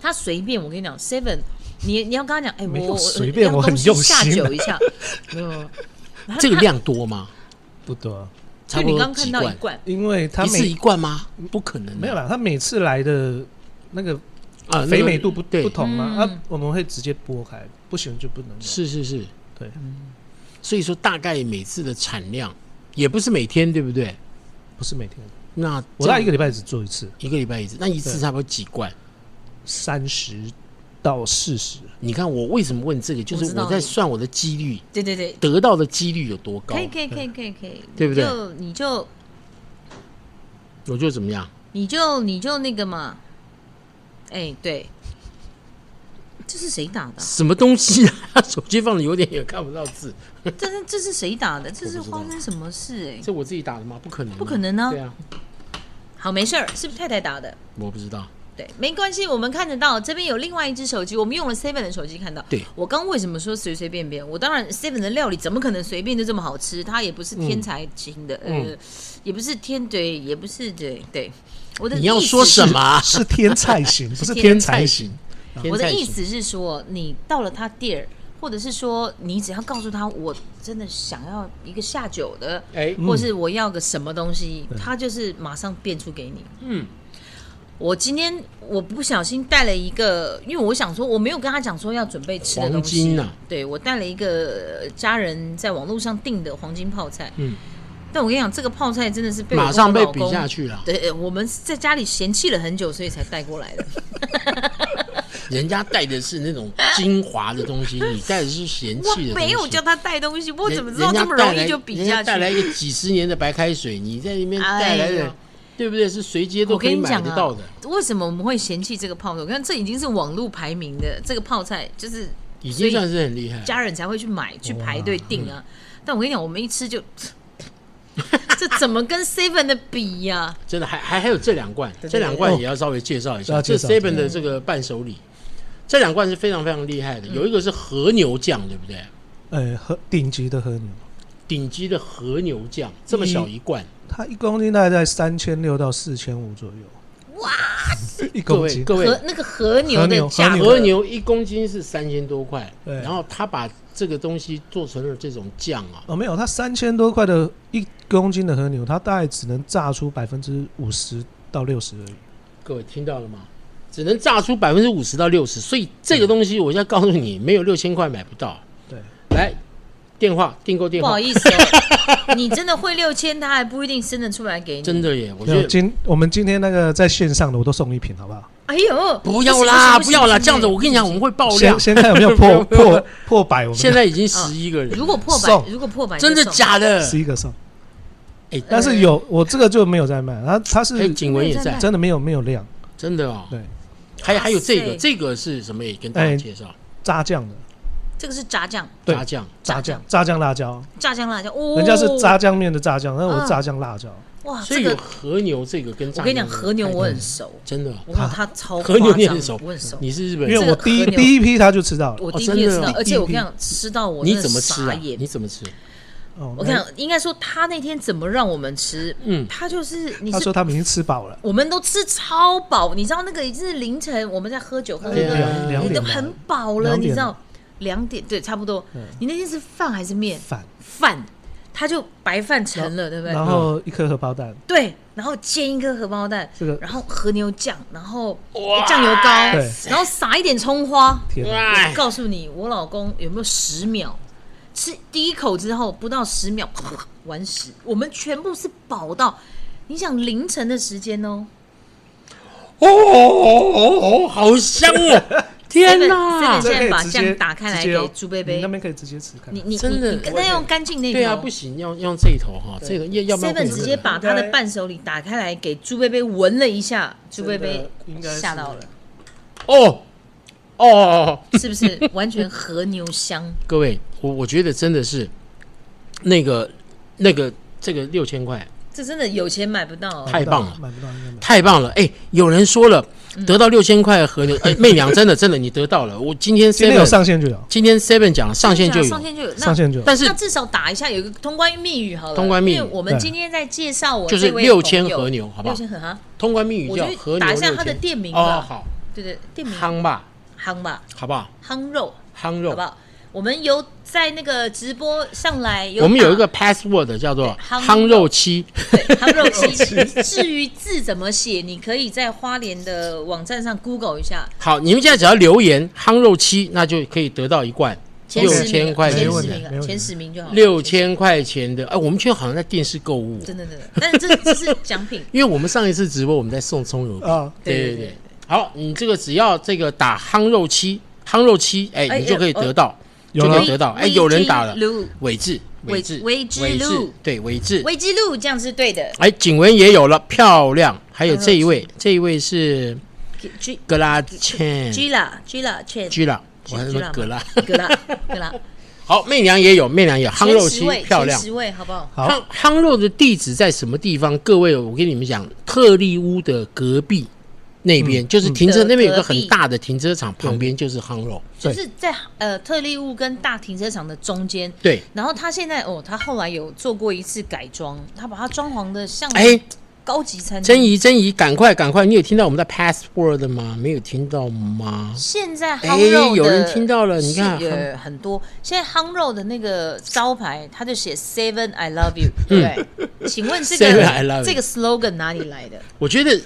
S2: 他随便，我跟你讲，Seven，你你要跟他讲，哎、
S3: 没
S2: 我
S3: 有
S2: 我
S3: 随便
S2: 要
S3: 我很
S2: 东西
S3: 用心
S2: 下
S3: 啊
S2: 酒一 下，没有，没有他
S1: 这个
S2: 他
S1: 量多吗？
S3: 不多，
S1: 差
S2: 就
S1: 不
S2: 你
S1: 多
S2: 刚看
S1: 几
S2: 到一
S1: 罐？
S2: 罐，
S3: 因为他
S1: 一次一
S3: 每
S1: 罐吗？不可能啊，
S3: 没有啦，他每次来的那个
S1: 啊，那
S3: 肥
S1: 个
S3: 美度不
S1: 对
S3: 不同嘛，
S2: 嗯
S3: 啊，我们会直接剥开，不行就不能用。
S1: 是是是，
S3: 对，
S1: 所以说大概每次的产量也不是每天，对不对？
S3: 不是每天，
S1: 那
S3: 我
S1: 这样
S3: 大概一个礼拜只做一次，
S1: 一个礼拜一次，那一次
S3: 对
S1: 差不多几罐？
S3: 三十到四十。
S1: 你看我为什么问这个，就
S2: 我知
S1: 是
S2: 道
S1: 我在
S2: 你
S1: 算我的几率，
S2: 对对对，
S1: 得到的几率有多高
S2: 可，以可以可以可以可以，
S1: 对不对
S2: 你就你就
S1: 我就怎么样？
S2: 你就你就那个嘛，哎、对，这是谁打的啊、
S1: 什么东西啊？ 手机放的有点也看不到字，
S2: 这是这是谁打的？这是
S1: 我不知道
S2: 发生什么事、哎，
S1: 这我自己打的吗？不可能啊，
S2: 不可能啊
S1: 对啊，
S2: 好，没事儿，是不是太太打的？
S1: 我不知道。
S2: 对，没关系，我们看得到。这边有另外一只手机，我们用了 Seven 的手机看到。
S1: 对
S2: 我刚为什么说随随便便？我当然 Seven 的料理怎么可能随便就这么好吃？它也不是天才型的，
S1: 嗯
S2: 呃，也不是天对，也不是对对。我的
S1: 你要
S2: 意思
S1: 说什
S2: 是？
S1: 么啊？
S3: 是天菜型，不 是
S2: 天
S3: 天
S1: 菜
S3: 才
S1: 型
S3: 型。
S2: 我的
S1: 天菜
S2: 意
S1: 型
S2: 思是说，你到了他店儿，或者是说你只要告诉他，我真的想要一个下酒的，
S1: 哎，
S2: 或是我要个什么东西，他就是马上变出给你。
S1: 嗯，
S2: 我今天我不小心带了一个，因为我想说我没有跟他讲说要准备吃的东
S1: 黄
S2: 西
S1: 金啊
S2: 对我带了一个呃家人在网络上订的黄金泡菜，
S1: 嗯，
S2: 但我跟你讲，这个泡菜真的是被我
S1: 马上
S2: 跟我
S1: 被
S2: 老
S1: 比
S2: 公
S1: 下。去了，
S2: 对，我们是在家里嫌弃了很久，所以才带过来的。
S1: 人家带的是那种精华的东西，你带的是嫌
S2: 我
S1: 弃的东西。
S2: 没有叫他带东西，我
S1: 人
S2: 怎么知道
S1: 人家
S2: 这么容
S1: 带来
S2: 易就比
S1: 人
S2: 下
S1: 家带来
S2: 去？
S1: 一个几十年的白开水，你在那边带
S2: 哎
S1: 来
S2: 呦
S1: 的，对不对？是随街都
S2: 我
S1: 可以
S2: 跟你
S1: 买
S2: 讲
S1: 得
S2: 啊
S1: 到的，，
S2: 为什么我们会嫌弃这个泡菜？我看这已经是网络排名的这个泡菜，就是
S1: 已
S2: 所
S1: 经
S2: 以
S1: 算是很厉害。
S2: 家人才会去买、去排队订
S1: 嗯
S2: 啊。但我跟你讲，我们一吃就， 这怎么跟 Seven 的比呀、
S1: 真的还还还有这两罐，这两罐也要稍微介绍一下。
S3: 要
S1: 这
S3: 介绍
S1: Seven 的这个伴手礼，这两罐是非常非常厉害
S2: 嗯
S1: 的。有一个是和牛酱，对不对？
S3: 呃，和顶级的和牛，
S1: 顶级的和牛酱，这么小一罐，
S3: 它一公斤大概在三千六到四千五左右。哇， 一
S1: 各
S3: 公
S1: 位
S3: 斤，
S1: 各位
S2: 和，那个和牛的价
S3: 和
S1: 和
S2: 格，
S1: 牛一公斤是三千多块，
S3: 对
S1: 然后他把这个东西做成了这种酱啊，
S3: 哦，没有，它三千多块的一公斤的和牛，它大概只能榨出百分之五十到六十而已。
S1: 各位听到了吗？只能榨出百分之五十到六十，所以这个东西我现在告诉你，没有六千块买不到。
S3: 对，
S1: 来电话订购电
S2: 不好
S1: 话，
S2: 意思哦， 你真的会六千，他还不一定生得出来给你。
S1: 真的耶，我觉
S3: 没有
S1: 得
S3: 今我们今天那个在线上的我都送一瓶，好不好？
S2: 哎呦，
S1: 不要啦，
S2: 行
S1: 不要啦，这样子我
S2: 行
S1: 跟你讲，我们会爆
S3: 先
S1: 量。
S3: 先看有没有
S1: 不
S3: 破
S1: 用不用
S3: 破破百，我们
S1: 哦现在已经十一个人，
S2: 嗯如果破百，
S3: 送
S2: 如果破百，
S1: 真的？假的？
S3: 十一个送。
S1: 哎
S3: 但是有我这个就没有在卖，它它
S1: 哎，
S3: 是
S1: 景文也在，
S3: 真的没有没有量，
S1: 真的哦。
S3: 对，
S1: 还还有这个，
S2: 哇塞
S1: 这个是什么？也跟大家介绍，
S3: 炸酱的
S2: 这个是炸酱，
S3: 对
S1: 炸酱。
S3: 炸
S2: 炸酱
S3: 酱炸酱辣椒，
S2: 炸酱辣椒，哦，
S3: 人家是炸酱面的炸酱，那我
S2: 啊
S3: 炸酱辣椒，
S2: 哇，
S1: 所以
S2: 啊这
S1: 有
S2: 个
S1: 和牛这个跟炸
S2: 我跟你讲，
S1: 酱
S2: 和牛我很熟，
S1: 真的哦，
S2: 我看他超
S1: 和牛
S2: 夸
S1: 你
S2: 张
S1: 很
S2: 的
S1: 熟
S2: 我很熟，
S1: 你是日
S3: 因
S1: 本
S3: 为
S1: 人，
S2: 这个
S3: 我第一
S2: 和牛
S3: 第一批他就吃到了。
S2: 我
S1: 哦
S2: 第一
S1: 真
S2: 天
S1: 的
S2: 知
S1: 哦，
S2: 道而且我跟你
S3: 第一批
S2: 讲，吃到我
S1: 你
S2: 真的
S1: 怎么吃
S2: 傻
S1: 啊？
S2: 眼
S1: 你怎么吃？
S3: 哦
S2: 我
S3: 那
S2: 跟你讲，应该说他那天怎么让我们吃？
S1: 嗯
S2: 他就是你
S3: 他
S2: 是
S3: 说他们已经吃饱了，
S2: 我们都吃超饱，你知道那个已经是凌晨，我们在喝酒喝喝
S1: 对啊
S2: 喝，
S3: 两两
S2: 呃你都
S3: 点
S2: 很
S3: 了，
S2: 饱了，
S3: 两
S2: 你
S3: 点嗯
S2: 知道两点对，差不多。你那天是饭还是面？
S3: 饭，
S2: 饭，他就白饭盛了，对不
S3: 然
S2: 对？
S3: 后一颗荷包蛋，
S2: 对，然后煎一颗荷包蛋
S3: 这个，
S2: 然后和牛酱，然后酱油膏
S3: 对，
S2: 然后撒一点葱花。
S3: 天哪，
S2: 我
S1: 哎，
S2: 告诉你，我老公有没有十秒？吃第一口之后不到十秒，啪啪完食。我们全部是饱到，你想凌晨的时间哦，
S1: 哦哦哦哦，好香 哦！天哪
S2: Seven- Seven-
S3: 这可以
S2: 把
S3: 直
S2: 酱
S3: 接
S2: 打开来
S3: 直接哦
S2: 给猪贝贝
S3: 你那边可以直接吃看
S2: 你。你你
S1: 真的
S2: 你跟那用干净那头，
S1: 对啊，不行，要用这一头哈，这
S3: 对
S1: 个要要不然
S2: Seven
S1: 会
S2: 直接把他的
S3: 应该
S2: 伴手礼打开来给猪贝贝闻了一下，猪贝贝
S3: 应该是
S2: 吓到了，
S1: 哦哦哦，哦
S2: 是不是？ 完全和牛香，
S1: 各位，我我觉得真的是那个那个这个六千块
S2: 这真的有钱买不到哦、
S1: 太棒了。
S3: 买不到应该买不到。
S1: 太棒了！哎、有人说了，
S2: 嗯
S1: 得到六千块的和牛， 哎、媚娘真的真的你得到了。我今天 seven
S3: 今天有上线就有，
S1: 今天 seven 讲上线就
S2: 啊上
S1: 有，
S2: 线就有，那
S3: 上线就有。
S1: 但是
S2: 那至少打一下有一个通关密语好了，
S1: 通关密语
S2: 因为我们今天在介绍我
S1: 就是
S2: 这位
S1: 六千
S2: 朋友
S1: 和牛，好不
S2: 六
S1: 好？
S2: 千和哈，
S1: 通关密语
S2: 我
S1: 叫
S2: 觉得
S1: 和牛
S2: 打一
S1: 六
S2: 下
S1: 千。
S2: 它的店名吧
S1: 哦，好，
S2: 对对，店名
S1: 夯吧，
S2: 夯吧，
S1: 好不好？
S2: 夯肉，
S1: 夯
S2: 好
S1: 肉
S2: 不，好？我们有在那个直播上来，
S1: 我们有一
S2: 打
S1: 个 password 叫做
S2: 夯
S1: 夯肉七，
S2: 对夯肉鸡。至于字怎么写，你可以在花莲的网站上 Google 一下，
S1: 好，你们现在只要留言夯肉七，那就可以得到一罐
S2: 前
S1: 六
S2: 十
S1: 千
S2: 名，
S1: 块
S2: 前
S1: 钱
S3: 没
S2: 十
S3: 问题没
S2: 名，
S3: 问题
S2: 前十名就好了，
S1: 六千块钱的。哎、我们却好像在电视购物，
S2: 真的真的，但是这这是奖品，
S1: 因为我们上一次直播我们在送葱油饼。
S3: 啊，
S1: 对
S2: 哦对
S1: 对
S2: 对
S1: 对，好，你这个只要这个打夯肉七，夯肉七，哎、
S2: 哎
S1: 你就可以得到，
S3: 有
S1: 就可
S3: 了
S1: 以得到。哎、
S2: 微
S1: 有人
S2: 微
S1: 打了
S2: 之路，
S1: 伟志，伟志，
S2: 微之
S1: 伟
S2: 路
S1: 志，对，伟志。
S2: 微之路这样是对的。
S1: 哎，景文也有了，漂亮。还有
S2: 夯肉
S1: 这一位，这一位是
S2: G
S1: 格拉茜
S2: G 啦 G 啦 c h
S1: 居了，我还
S2: 居
S1: 说
S2: 了
S1: 格拉。
S2: 格啦格啦，
S1: 好，媚娘也有，媚娘也有夯
S2: 前
S1: 肉
S2: 十
S1: 七
S2: 位，
S1: 漂亮
S2: 前。十位好不好？
S3: 好
S1: 夯夯肉的地址在什么地方？各位，我跟你们讲，特利屋的隔壁那边、就是停车，
S2: 嗯
S1: 那边有个
S2: 隔壁
S1: 很大的停车场，旁边就是夯肉。
S2: 就
S3: 对
S2: 是在呃特利屋跟大停车场的中间。
S1: 对，
S2: 然后他现在哦，他后来有做过一次改装，他把它装潢的像
S1: 哎，
S2: 高级餐
S1: 珍
S2: 厅。
S1: 怡，珍怡，赶快，赶快！你有听到我们的 password 吗？没有听到吗？
S2: 现在
S1: 哎
S2: 夯肉的
S1: 有人听到了你看
S2: 是呃很多。现在夯肉的那个招牌，他就写 Seven I love you，对不对？请问这
S1: 嗯 Seven I love
S2: 个
S1: you
S2: 这个 slogan 哪里来 的？
S1: 我觉得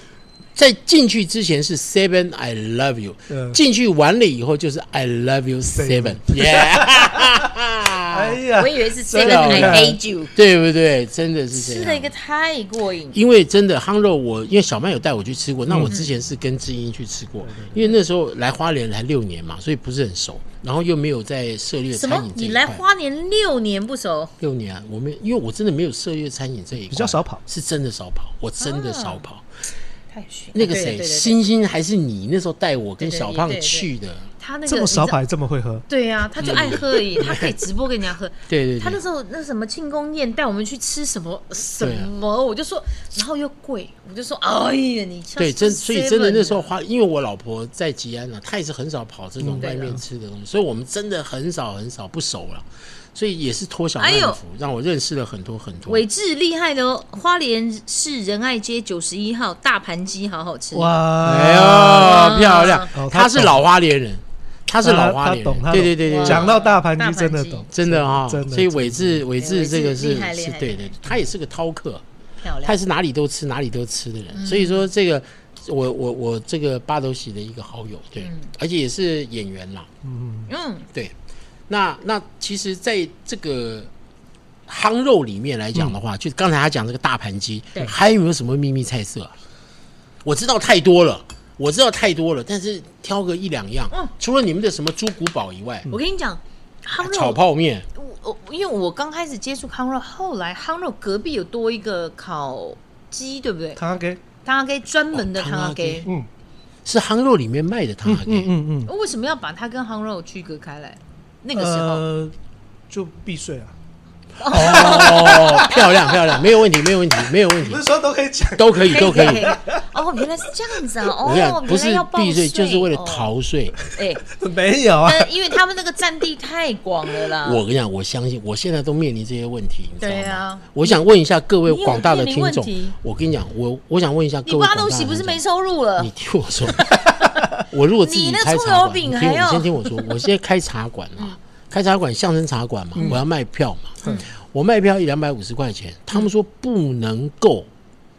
S1: 在进去之前是 seven I love you，、
S3: 嗯
S1: 进去完了以后就是 I love you seven，
S3: Seven 哎
S1: yeah，
S3: 呀
S2: 啊我，以为是
S1: 真
S2: Seven
S1: 的
S2: I
S1: 啊
S2: hate you，
S1: 对不对？真的是这
S2: 吃
S1: 样。
S2: 的一个太过瘾。
S1: 因为真的夯肉我，因为小曼有带我去吃过，那
S2: 嗯
S1: 我之前是跟志英去吃过，因为那时候来花莲才六年嘛，所以不是很熟，然后又没有在涉猎
S2: 什
S1: 餐
S2: 么
S1: 饮？这一
S2: 你
S1: 块
S2: 来。花莲六年不熟？
S1: 六年啊，我没有，因为我真的没有涉猎餐饮这一块，
S3: 比较少跑
S1: 是真的少跑，我真的少
S2: 啊
S1: 跑。
S2: 太哎逊
S1: 那个谁，星星还是你那时候带我跟小胖
S2: 对对对
S1: 去的，
S2: 他那个
S3: 这么少
S2: 你知道
S3: 牌这么会喝，
S2: 对呀、他就爱喝 而已，他可以直播给人家喝。
S1: 对对
S2: 他那
S1: 对，
S2: 时候那什么庆功宴带我们去吃什么什
S1: 对啊
S2: 么，我就说，然后又贵，我就说，哎呀，你像
S1: 对真，
S2: 是啊
S1: 所以真的
S2: 7-Eleven
S1: 那时候花，因为我老婆在吉安呢、啊她也是很少跑这种
S2: 嗯
S1: 外面
S2: 对
S1: 吃的东西，所以我们真的很少很少不熟了，所以也是托小曼
S2: 哎呦
S1: 的福，让我认识了很多很多。
S2: 伟志厉害的哦，花莲市仁爱街九十一号大盘鸡好好吃，
S3: 哇，
S1: 哎呦，漂亮
S3: 哦！他
S1: 他是
S3: 懂
S1: 老花莲人，他是
S3: 他
S1: 老花
S3: 他
S1: 莲
S3: 懂
S1: 人，
S3: 他
S1: 对
S3: 懂
S1: 对对对，
S2: 哇
S3: 讲到大盘
S2: 大
S3: 鸡
S2: 盘
S3: 真的
S2: 鸡
S3: 懂，
S1: 真的哈、
S3: 真的
S1: 所以伟志伟
S2: 伟
S1: 志
S2: 志
S1: 这个是
S2: 厉害厉
S1: 是
S2: 害
S1: 对的，他也是个饕客，
S2: 漂
S1: 他
S2: 亮嗯
S1: 也是哪里都吃哪里都吃的人，所以说这个我我我这个八斗喜的一个好友，对，
S2: 嗯
S1: 而且也是演员啦，
S3: 嗯，
S2: 嗯，
S1: 对。那那其实，在这个夯肉里面来讲的话，就刚才他讲这个大盘鸡
S2: 对，
S1: 还有没有什么秘密菜色、啊？我知道太多了，我知道太多了，但是挑个一两样，
S2: 嗯
S1: 除了你们的什么猪骨煲以外，
S2: 我跟你讲，夯
S1: 哎炒
S2: 肉
S1: 泡面，
S2: 我我因为我刚开始接触康肉，后来康肉隔壁有多一个烤鸡，对不对？
S3: 他给，
S2: 汤阿给专门的
S1: 哦
S2: 汤阿
S1: 汤
S2: 给，
S3: 嗯
S1: 是夯肉里面卖的汤啊
S3: 嗯
S1: 阿
S3: 嗯
S1: 给，
S3: 嗯嗯，
S2: 为什么要把它跟夯肉区隔开来？那
S3: 那
S2: 个时
S1: 呃
S2: 候，
S3: 呃就避税啊，
S1: 哦，漂亮漂亮，没有问题没有问题没有问题
S3: 不，是说都可以讲，
S1: 都可以都可以。
S2: 哦，原来是这样子啊！
S1: 我
S2: 哦
S1: 跟你，讲，不
S2: 原来
S1: 是
S2: 要报
S1: 避税，就是为了
S2: 哦。
S1: 逃税。
S2: 哎，
S3: 没有啊，
S2: 但因为他们那个占地太广了啦。
S1: 我跟你讲，我相信我现在都面临这些问题，你知道
S2: 嗯对
S1: 吗？
S2: 啊，
S1: 我想问一下各位
S2: 你有
S1: 广大的听
S2: 面临问
S1: 众
S2: 题，
S1: 我跟你讲，我我想问一下
S2: 你
S1: 各位
S2: 八
S1: 广大
S2: 东
S1: 的
S2: 喜
S1: 听
S2: 不是没
S1: 众，
S2: 收入了
S1: 你？听我 说，我如果自己
S2: 你那
S1: 开
S2: 葱
S1: 茶
S2: 油
S1: 馆，
S2: 饼
S1: 你
S2: 还
S1: 听我，
S2: 嗯
S1: 你
S2: 要
S1: 先听我 说，我现在开茶馆啊，开茶馆象征茶馆
S2: 嗯
S1: 嘛，我要卖票嘛，我卖票一两百五十块钱，他们说不能够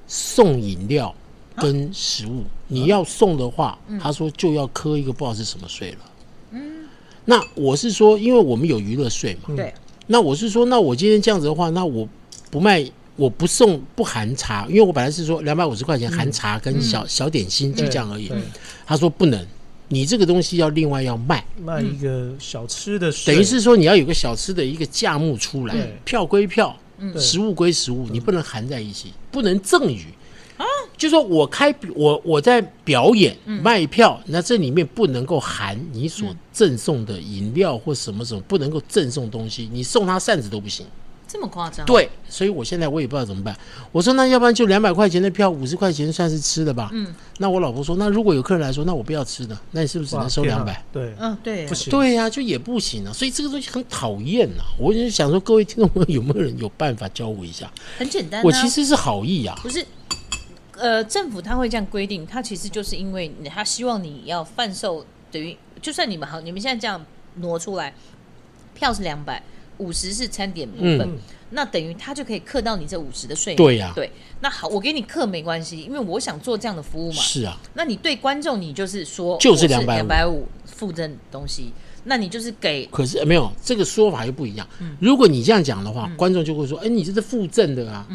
S1: 送饮料
S2: 啊
S1: 跟食物，你要送的话，
S2: 嗯
S1: 他说就要磕一个不知道是什么税了。那我是说，因为我们有娱乐税嘛，
S2: 对，
S1: 那我是说，那我今天这样子的话，那我不卖，我不送不含茶，因为我本来是说两百五十块钱含茶跟小、小点心就这样而已
S3: 嗯对对。
S1: 他说不能，你这个东西要另外要卖，
S2: 嗯
S3: 卖一个小吃的税，
S1: 等于是说你要有个小吃的一个价目出来
S3: 对，嗯
S1: 票归票，
S3: 对嗯
S1: 食物归食物，你不能含在一起，不能赠予。
S3: 啊
S1: 就说我开我我在表演
S3: 嗯
S1: 卖票，那这里面不能够含你所赠送的饮料或什么什么，不能够赠送东西，你送他扇子都不行。
S2: 这么夸
S3: 啊
S2: 张？，
S1: 对，所以我现在我也不知道怎么办。我说那要不然就两百块钱的票，五十块钱算是吃的吧。嗯，那我老婆说，那如果有客人来说，那我不要吃的，那你是不是只
S3: 哇
S1: 能收
S3: 天
S1: 两
S3: 啊
S1: 百？
S3: 对，
S2: 嗯，对
S3: 不，行，
S1: 对呀、就也不行啊。所以这个东西很讨厌呐、我就想说，各位听众朋友有没有人有办法教我一下？
S2: 很简单啊。
S1: 我其实是好意啊。
S2: 不是，呃，政府他会这样规定，他其实就是因为你他希望你要贩售，等于就算你们好，你们现在这样挪出来，票是两百，五十是餐点部分，
S1: 嗯
S2: 那等于他就可以克到你这五十的税嘛。
S1: 对呀
S2: 对，那好，我给你克没关系，因为我想做这样的服务嘛。
S1: 是啊，
S2: 那你对观众，你就是说
S1: 就是
S2: 两
S1: 250
S2: 百五附赠东西，那你就是给
S1: 可是、呃没有这个说法又不一样。
S3: 嗯
S1: 如果你这样讲的话，观众就会说，哎，你这是附赠的啊。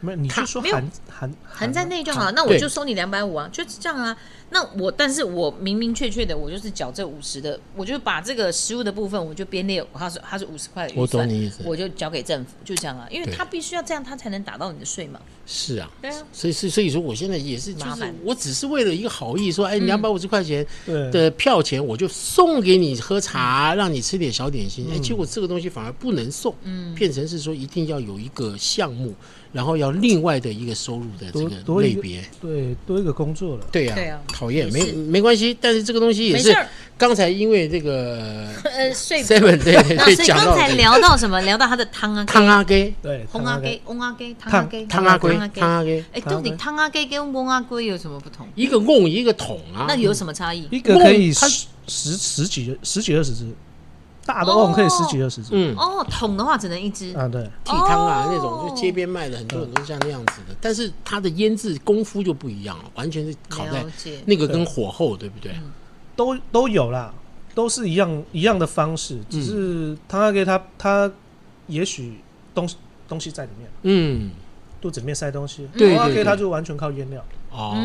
S3: 没有，你就说
S2: 没有
S3: 含含
S2: 含在内就好，那我
S1: 对
S2: 就收你两百五啊，就是这样啊。那我，但是我明明确确的，我就是缴这五十的，我就把这个食物的部分，我就编列，他说他是五十块的预
S1: 我
S2: 算
S1: 懂，你意思
S2: 我就交给政府，就这样啊，因为
S1: 对
S2: 他必须要这样，他才能打到你的税嘛。
S1: 是啊。
S2: 对啊，
S1: 所以，所以，所以说，我现在也是，就
S2: 麻
S1: 是
S2: 烦嗯
S1: 我只是为了一个好意，说，哎，两百五十块钱
S3: 对
S1: 的票钱，我就送给你喝
S2: 嗯
S1: 茶，让你吃点小点心。哎，
S3: 嗯
S1: 结果这个东西反而不能送，
S2: 嗯
S1: 变成是说一定要有一个项目，然后要另外的一个收入的
S3: 多
S1: 这个
S3: 多一
S1: 类
S3: 个
S1: 别。
S3: 对多一个工作了，
S1: 对呀、
S2: 对啊
S1: 讨厌
S2: 也
S1: 没
S2: 是
S1: 没关系，但是这个东西也
S2: 没
S1: 是
S2: 事儿
S1: 刚才因为这个
S2: 呃，税。
S1: seven 对对
S2: 那
S1: 对
S2: 所以
S1: 讲
S2: 刚
S1: 到
S2: 才
S1: 这个
S2: 聊到什么？聊到他的汤啊，
S1: 哎汤阿给
S3: 对，
S2: 红
S3: 他
S2: 啊
S3: 那个
S2: 给，翁啊给，汤啊给，
S1: 汤阿龟
S2: 啊给
S1: 汤。阿给，
S2: 哎，到底汤啊给跟翁啊龟有什么不同？
S1: 一个瓮一个桶啊，
S2: 那有什么差异？
S3: 一个可以
S1: 梦它
S3: 十十十几十几二十只，大的
S2: 哦
S3: 瓮可以十几二十只。
S1: 嗯
S2: 哦，桶的话只能一只。
S3: 啊，对，
S1: 剃汤啊
S2: 哦
S1: 那种，就街边卖的很多很多像那样子的，但是它的腌制功夫就不一样了，完全是烤在
S2: 了解
S1: 那个跟火候，对不对？
S3: 都都有啦，都是一样一样的方式，
S1: 嗯
S3: 只是他给他他也许东西东西在里面，
S1: 嗯，
S3: 肚子里面塞东西，
S1: 对
S3: 他
S1: 对
S3: 给
S1: 对
S3: 他就完全靠腌料，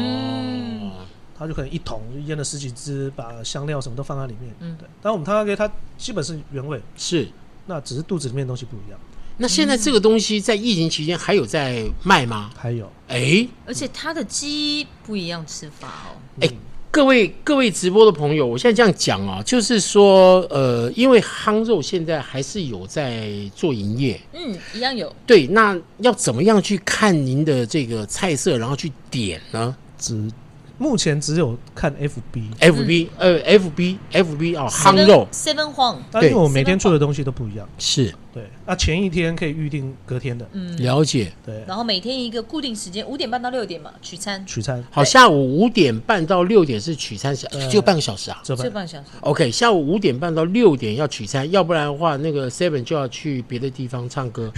S2: 嗯
S1: 哦，
S3: 他就可能一桶就腌了十几只，把香料什么都放在里面。嗯，对。但我们他给他基本是原味，
S1: 是。
S3: 那只是肚子里面的东西不一样。
S1: 那现在这个东西在疫情期间还有在卖吗？
S3: 还有，
S2: 嗯
S1: 哎，
S2: 而且它的鸡不一样吃法哦。
S1: 哎、各位各位直播的朋友，我现在这样讲啊，就是说，呃，因为夯肉现在还是有在做营业，
S2: 嗯，一样有。
S1: 对，那要怎么样去看您的这个菜色，然后去点呢
S3: 只目前只有看 FB，
S1: ？FB、呃，FB FB 哦，夯肉
S2: Seven Huang，
S3: 但因为
S1: 对
S3: 我每天做的东西都不一样，
S1: 是
S3: 对，啊，前一天可以预定隔天的，
S2: 嗯
S1: 了解。
S3: 对，
S2: 然后每天一个固定时间，五点半到六点嘛，取餐，
S3: 取餐
S1: 好，下午五点半到六点是取餐时，就半个小时啊。
S3: 这
S2: 这
S3: 半
S2: 半个小时。
S1: OK，下午五点半到六点要取餐，要不然的话，那个 Seven 就要去别的地方唱 歌。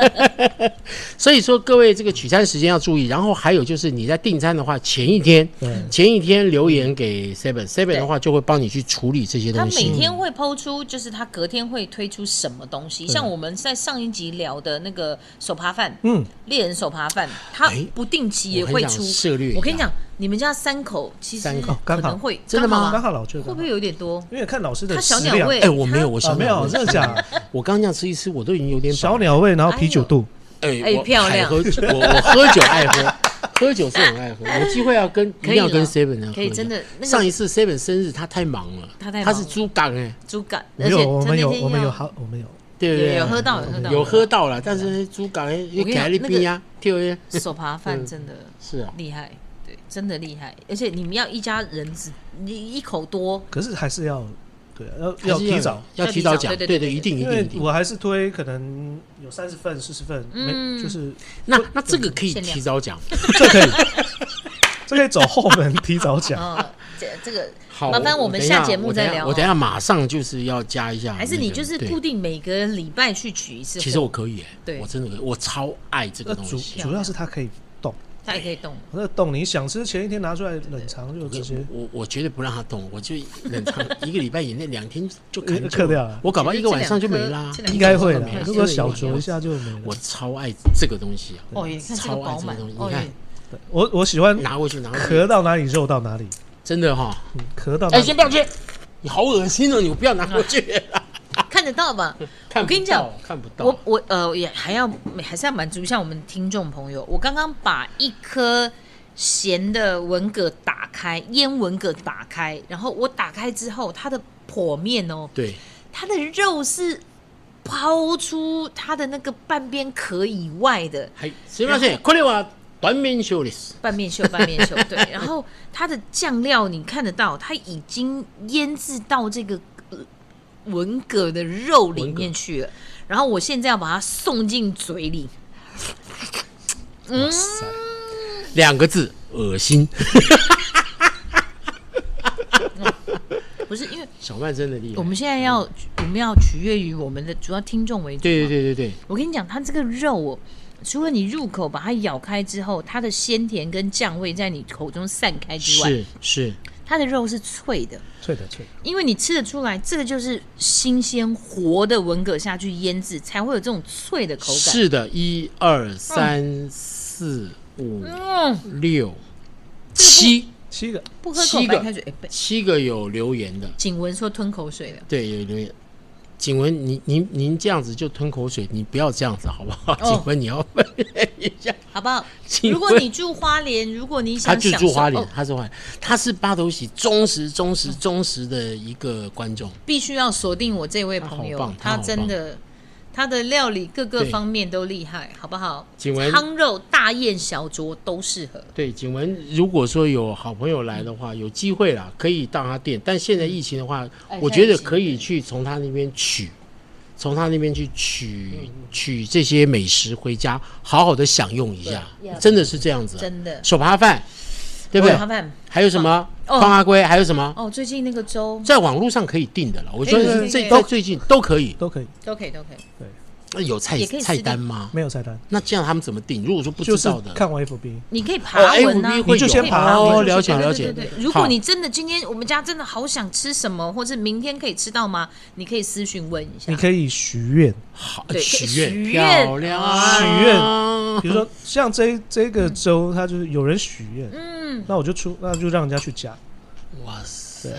S1: 所以说，各位这个取餐时间要注意。然后还有就是，你在订餐的话，前一天
S3: 对
S1: 前一天留言给 Seven，Seven 的话就会帮你去处理这些
S2: 他
S1: 东
S2: 每
S1: 西。
S2: 天会抛出，就是他隔天会推出什么东西。像我们在上一集聊的那个手扒饭，
S3: 嗯，
S2: 猎人手扒饭，他
S1: 哎
S2: 不定期也
S1: 我很
S2: 会
S1: 想
S2: 出
S1: 涉猎一
S2: 我跟你
S1: 下
S2: 讲，你们家三口其实
S1: 三
S3: 口
S2: 可
S3: 刚好
S2: 能会
S1: 真的吗
S2: 刚好
S3: 刚
S2: 啊
S3: 好老舅，
S2: 会不会有点多？
S3: 因为看老师的
S2: 他小
S3: 食
S2: 鸟
S3: 量
S2: 胃，
S1: 哎，我没有，我
S3: 啊，
S1: 想
S3: 没有，真的假的？
S1: 我刚刚这样吃一吃，我都已经有点饱
S3: 小。鸟胃，然后啤酒肚，
S1: 哎
S2: 哎
S1: 我
S2: 漂
S1: 还
S2: 亮
S1: 喝酒我我喝酒爱喝， 喝酒是很爱喝。有机会要跟一
S2: 可
S1: 定
S2: 以
S1: 要跟
S2: 了
S1: Seven 人喝
S2: 可以
S1: 一下
S2: 真的那个
S1: 上一次 Seven 生日，他太忙了，
S2: 他太忙
S1: 他是猪港哎，
S2: 猪肝，
S3: 没
S2: 而
S3: 有，
S2: 且
S3: 我
S2: 他
S3: 们
S2: 那
S3: 有，
S2: 天
S3: 我们有
S2: 要
S3: 好，我们有，
S1: 对不
S2: 有
S1: 对？
S2: 有喝到有喝到
S1: 有喝到了，但是猪港哎，又
S2: 我跟你讲
S1: 改了冰啊，跳耶，
S2: 手扒饭，真的
S1: 是啊，
S2: 厉害，对，真的厉害。而且你们要一家人只一一口多，
S3: 可是还是要，对啊，
S1: 还
S3: 要
S1: 是
S3: 提早，
S1: 要
S2: 要
S1: 提
S2: 提
S1: 早
S2: 早
S1: 讲，
S2: 对对
S1: 对
S2: 对
S1: 一定一
S3: 因
S1: 定一
S3: 为
S1: 定。
S3: 我还是推可能有三十份、四十份，
S2: 嗯
S3: 没就是
S1: 那那这个可以
S2: 限量
S1: 提早 讲，
S3: 这可以，这可以走后门提早 讲。
S2: 嗯，这这个
S1: 好，
S2: 麻烦我们
S1: 等一下
S2: 下节目
S1: 我等一
S2: 再
S1: 下
S2: 聊啊
S1: 我等一下马上就是要加一下那个，
S2: 还是你就是
S1: 对
S2: 固定每个礼拜去取一次货，
S1: 其实我可以哎，
S2: 对
S1: 我真的可以我超爱这
S3: 那
S1: 个东
S3: 主
S1: 西。
S3: 主要是它可以动，
S2: 它也可以动。
S3: 那个动你想吃前一天拿出来冷藏就直接
S1: 我我绝对不让他动，我就冷藏一个礼拜以内，两天就
S3: 呃
S1: 砍
S3: 刻掉了
S1: 我搞不好一个晚上就没啦
S2: 这。两颗
S3: 应该会
S1: 这两
S3: 的。
S1: 个
S3: 如果
S1: 这两
S3: 小
S1: 个
S3: 酌一下就没了。
S1: 我超爱这个东西啊！
S2: 哦，你看这个
S1: 超爱
S2: 饱
S1: 这个
S2: 满
S1: 东西，
S2: 哦
S1: 你看，
S2: 也
S3: 对我我喜欢
S1: 拿过去，拿过去，
S3: 咳到哪里肉到哪里，
S1: 真的哈！
S3: 嗯咳到哪
S1: 哎，
S3: 里
S1: 先不要接，你好恶心哦！你不要拿过去，
S2: 看得 到吧？
S1: 看
S2: 我跟你讲，
S1: 看不到
S2: 我。我呃也还要还是要满足一下我们听众朋友，我刚刚把一颗咸的文蛤打开，腌文蛤打开，然后我打开之后，它的剖面哦，
S1: 对，
S2: 它的肉是抛出它的那个半边壳以外的
S1: 还すみません、これは断啊面修理。
S2: 半面秀，半面秀， 对。然后它的酱料你看得到，它已经腌制到这个呃文蛤的肉里面去了。然后我现在要把它送进嘴里，
S3: 哇塞，
S1: 两个字，恶心。
S2: 不是因为
S1: 小曼真的厉害
S2: 我。们现在要我们要取悦于我们的主要听众为主。
S1: 对对对对对，
S2: 我跟你讲，它这个肉哦，除了你入口把它咬开之后，它的鲜甜跟酱味在你口中散开之外，
S1: 是是，
S2: 它的肉是脆的。
S3: 脆的脆的。
S2: 因为你吃得出来，这个就是新鲜活的文蛤下去腌制，才会有这种脆的口感。，
S1: 是的，一二三四五
S2: 嗯，
S1: 六七
S3: 七个，
S2: 不喝口
S1: 七个
S2: 白开水，哎、不
S1: 七个有留言的，
S2: 景文说吞口水的，
S1: 对，有留言。景文，您您您这样子就吞口水，你不要这样子好不好？
S2: 哦
S1: 景文，你要分辨一下。
S2: 好不好？
S1: 景文
S2: 如果你住花莲，如果你
S1: 他
S2: 想
S1: 就
S2: 享
S1: 住
S2: 受，
S1: 花莲
S2: 哦，
S1: 他是花莲，他是八头喜忠实、忠实、忠实的一个观众。
S2: 必须要锁定我这位朋
S1: 他好
S2: 友
S1: 棒，他好
S2: 他
S1: 棒
S2: 真的。他的料理各个
S1: 对
S2: 方面都厉害，好不好？
S1: 景文
S2: 汤肉、大宴、小酌都适合。
S1: 对，景文，如果说有好朋友来的话，有机会啦，可以到他店。但现在疫情的话，
S2: 哎
S1: 嗯我
S2: 现在
S1: 觉得
S2: 疫情
S1: 可以去从他那边取，从他那边去取、取这些美食回家，好好的享用一下，
S2: 对，yeah
S1: 真的哦是这样子。啊
S2: 真的
S1: 手扒饭，对不对
S2: 麻？烦
S1: 还有什么
S2: 哦
S1: 放阿龟？还有什么？
S2: 哦，最近那个粥
S1: 在网络上可以订的了，我觉
S2: 哎
S1: 得
S2: 对
S1: 这在
S2: 对对
S1: 最近都可以。
S3: 都可以，
S2: 都可以，都可以。
S3: 对，
S1: 那有菜
S2: 也可以
S1: 菜
S2: 私
S1: 单
S2: 订
S1: 吗？
S3: 没有菜单，
S1: 那这样他们怎么订？如果说不
S3: 就
S1: 知
S3: 是
S1: 道的，
S3: 看我 FB，
S2: 你可以爬
S1: 哦
S2: 文啊，
S1: ，FB 会
S3: 你就
S1: 有
S3: 先爬文
S1: 哦，
S3: 你就
S1: 了解
S3: 先
S2: 对
S1: 了
S2: 对
S1: 解
S2: 对对。。如
S1: 好
S2: 果你真的今天我们家真的好想吃什么，或是明天可以吃到吗？你可以私讯问一下。
S3: 你可以许 愿，
S1: 好
S2: 对
S1: 许
S2: 可以
S1: 愿，
S2: 许愿
S1: 漂亮啊，
S2: 啊
S3: 许
S1: 愿。
S3: 比如说像这这
S1: 嗯
S3: 个周，他就是有人许愿，
S2: 嗯，
S3: 那我就出，那就让人家去加，
S1: 哇塞！